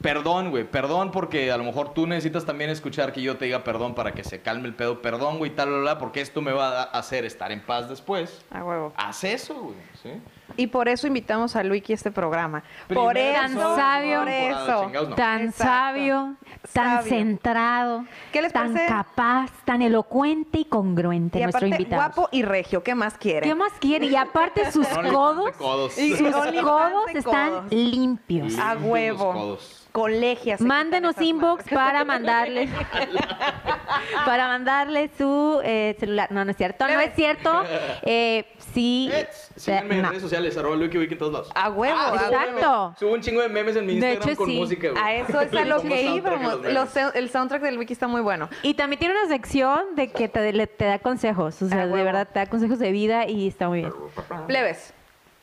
[SPEAKER 3] Perdón, güey, perdón porque a lo mejor tú necesitas también escuchar que yo te diga perdón para que se calme el pedo, perdón, güey, tal, bla, bla, porque esto me va a hacer estar en paz después.
[SPEAKER 1] A huevo.
[SPEAKER 3] Haz eso, güey, ¿sí?
[SPEAKER 1] Y por eso invitamos a Luiki a este programa. por
[SPEAKER 3] Primera
[SPEAKER 1] eso.
[SPEAKER 2] Tan sabio.
[SPEAKER 1] Por
[SPEAKER 3] temporada,
[SPEAKER 1] eso.
[SPEAKER 3] chingados, no.
[SPEAKER 2] Tan
[SPEAKER 1] Exacto.
[SPEAKER 2] sabio, tan
[SPEAKER 1] Sabio.
[SPEAKER 2] centrado,
[SPEAKER 1] ¿Qué les
[SPEAKER 2] tan
[SPEAKER 1] parece?
[SPEAKER 2] capaz, tan elocuente y congruente
[SPEAKER 1] Y
[SPEAKER 2] nuestro
[SPEAKER 1] aparte,
[SPEAKER 2] invitado.
[SPEAKER 1] guapo y regio. ¿Qué más quiere?
[SPEAKER 2] ¿Qué más quiere? Y aparte sus
[SPEAKER 3] Only
[SPEAKER 2] codos,
[SPEAKER 3] de codos.
[SPEAKER 1] Y-
[SPEAKER 2] sus
[SPEAKER 1] Only de
[SPEAKER 2] codos
[SPEAKER 1] codos.
[SPEAKER 2] están limpios.
[SPEAKER 3] Sí.
[SPEAKER 1] A
[SPEAKER 3] Limpios los
[SPEAKER 1] huevo.
[SPEAKER 3] codos.
[SPEAKER 1] Colegias.
[SPEAKER 2] Mándenos inbox para mandarle para mandarle su eh, celular. No, no es cierto, no es cierto. Eh, sí,
[SPEAKER 3] Eh, Síganme en
[SPEAKER 2] no.
[SPEAKER 3] redes sociales, arroba Luiki Wiki en todos lados.
[SPEAKER 1] A Ah, huevo,
[SPEAKER 3] subo
[SPEAKER 1] a
[SPEAKER 3] memes,
[SPEAKER 2] exacto.
[SPEAKER 3] Subo un chingo de memes en mi
[SPEAKER 2] De
[SPEAKER 3] Instagram
[SPEAKER 2] hecho,
[SPEAKER 3] con
[SPEAKER 2] sí.
[SPEAKER 3] música, güey.
[SPEAKER 1] A eso es a lo
[SPEAKER 3] Como
[SPEAKER 1] que
[SPEAKER 3] soundtrack a los
[SPEAKER 1] íbamos.
[SPEAKER 3] memes.
[SPEAKER 1] Los- el soundtrack del wiki está muy bueno.
[SPEAKER 2] Y también tiene una sección de que te, le- te da consejos, o sea,
[SPEAKER 1] Ah,
[SPEAKER 2] de
[SPEAKER 1] huevo.
[SPEAKER 2] verdad te da consejos de vida y está muy bien.
[SPEAKER 1] Plebes,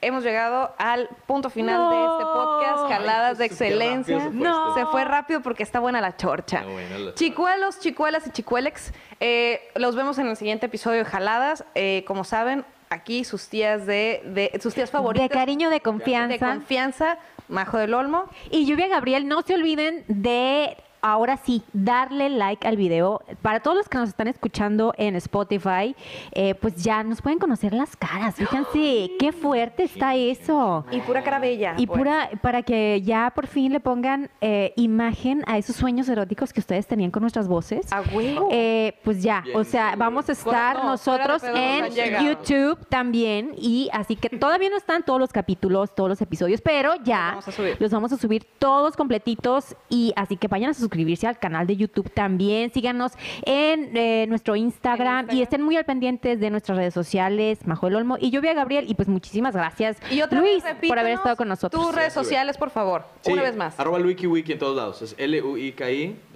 [SPEAKER 1] hemos llegado al punto final
[SPEAKER 2] No.
[SPEAKER 1] de este podcast, jaladas de
[SPEAKER 3] Ay, pues, qué rápido
[SPEAKER 1] excelencia.
[SPEAKER 3] se fue
[SPEAKER 2] No. este.
[SPEAKER 1] se fue rápido porque está buena la chorcha.
[SPEAKER 3] Está buena la chorcha.
[SPEAKER 1] Chicuelos, chicuelas y chicuelex, eh, los vemos en el siguiente episodio de Jaladas. Eh, como saben, aquí sus tías de, de- sus tías favoritas
[SPEAKER 2] De cariño, de
[SPEAKER 1] de
[SPEAKER 2] confianza.
[SPEAKER 1] confianza, Majo del Olmo.
[SPEAKER 2] Y Lluvia Gabriel, no se olviden de ahora sí, darle like al video. Para todos los que nos están escuchando en Spotify, eh, pues ya nos pueden conocer las caras. Fíjense, qué fuerte está eso.
[SPEAKER 1] Y pura cara bella.
[SPEAKER 2] Y
[SPEAKER 1] pues.
[SPEAKER 2] pura, para que ya por fin le pongan eh, imagen a esos sueños eróticos que ustedes tenían con nuestras voces.
[SPEAKER 1] A Ah, huevo.
[SPEAKER 2] Eh, pues ya,
[SPEAKER 3] Bien,
[SPEAKER 2] o sea,
[SPEAKER 3] sí.
[SPEAKER 2] vamos a estar
[SPEAKER 1] No,
[SPEAKER 2] nosotros
[SPEAKER 1] fuera de pedo,
[SPEAKER 2] en
[SPEAKER 1] nos han llegado.
[SPEAKER 2] YouTube también. Y así que todavía no están todos los capítulos, todos los episodios, pero ya
[SPEAKER 1] Los vamos a subir.
[SPEAKER 2] los vamos a subir todos completitos. Y así que vayan a suscribirse al canal de YouTube también. Síganos en eh, nuestro Instagram,
[SPEAKER 1] Instagram.
[SPEAKER 2] y estén muy al pendientes de nuestras redes sociales, Majuel Olmo y Lluvia Gabriel. Y pues muchísimas gracias,
[SPEAKER 1] Y otra
[SPEAKER 2] Luis,
[SPEAKER 1] vez,
[SPEAKER 2] por haber
[SPEAKER 1] repítenos
[SPEAKER 2] estado con nosotros.
[SPEAKER 1] Tus redes sociales, por favor.
[SPEAKER 3] Sí,
[SPEAKER 1] Una vez más.
[SPEAKER 3] Arroba LuikiWiki en todos lados. Es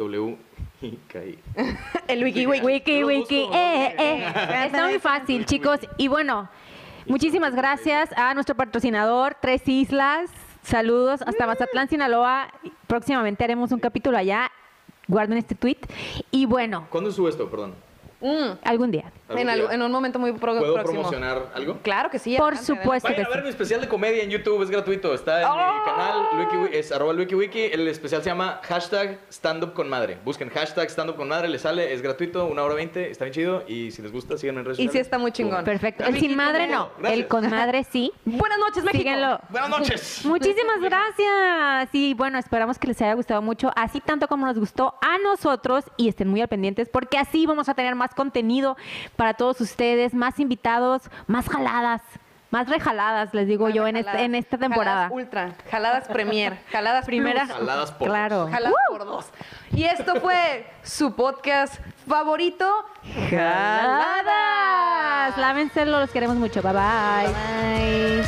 [SPEAKER 3] L-U-I-K-I-W-I-K-I.
[SPEAKER 1] El wiki wiki.
[SPEAKER 2] Wiki,
[SPEAKER 3] Yo lo
[SPEAKER 2] wiki,
[SPEAKER 3] busco.
[SPEAKER 2] eh, eh. Está muy fácil, chicos. Y bueno, muchísimas gracias a nuestro patrocinador, Tres Islas. Saludos hasta Mazatlán, Sinaloa. Próximamente haremos un capítulo allá. Guarden este tweet. Y bueno,
[SPEAKER 3] ¿Cuándo subo esto? Perdón.
[SPEAKER 1] Mm,
[SPEAKER 2] algún día.
[SPEAKER 3] ¿Algún
[SPEAKER 1] en,
[SPEAKER 3] día?
[SPEAKER 1] algo- en un momento muy pro-
[SPEAKER 3] ¿Puedo
[SPEAKER 1] próximo.
[SPEAKER 3] promocionar algo?
[SPEAKER 1] Claro que sí. ¡Oh!
[SPEAKER 2] Por
[SPEAKER 1] adelante,
[SPEAKER 2] supuesto.
[SPEAKER 3] Vayan a ver mi especial de comedia en YouTube, es gratuito. Está en mi canal, Luiki- es arroba LuikiWiki. El especial se llama hashtag stand up con madre. Busquen hashtag stand up con madre, les sale, es gratuito, una hora veinte, está bien chido. Y si les gusta, síganme en redes
[SPEAKER 1] Y sí
[SPEAKER 3] sociales.
[SPEAKER 1] está muy chingón.
[SPEAKER 2] Perfecto. El sin madre no, el
[SPEAKER 3] Gracias.
[SPEAKER 2] con madre sí.
[SPEAKER 1] Buenas noches, México.
[SPEAKER 2] Síguenlo.
[SPEAKER 3] Buenas noches.
[SPEAKER 2] Muchísimas gracias. Y bueno, esperamos que les haya gustado mucho, así tanto como nos gustó a nosotros y estén muy al pendientes porque así vamos a tener más contenido para todos ustedes, más invitados, más jaladas, más rejaladas, les digo yo, en, este-
[SPEAKER 1] Jaladas.
[SPEAKER 2] en esta temporada.
[SPEAKER 1] Jaladas ultra, jaladas premier, jaladas
[SPEAKER 2] Primera.
[SPEAKER 1] plus,
[SPEAKER 3] Jaladas por
[SPEAKER 2] Claro.
[SPEAKER 1] jaladas por dos. Y esto fue su podcast favorito,
[SPEAKER 2] Jaladas. Lávenselo, los queremos mucho. Bye bye.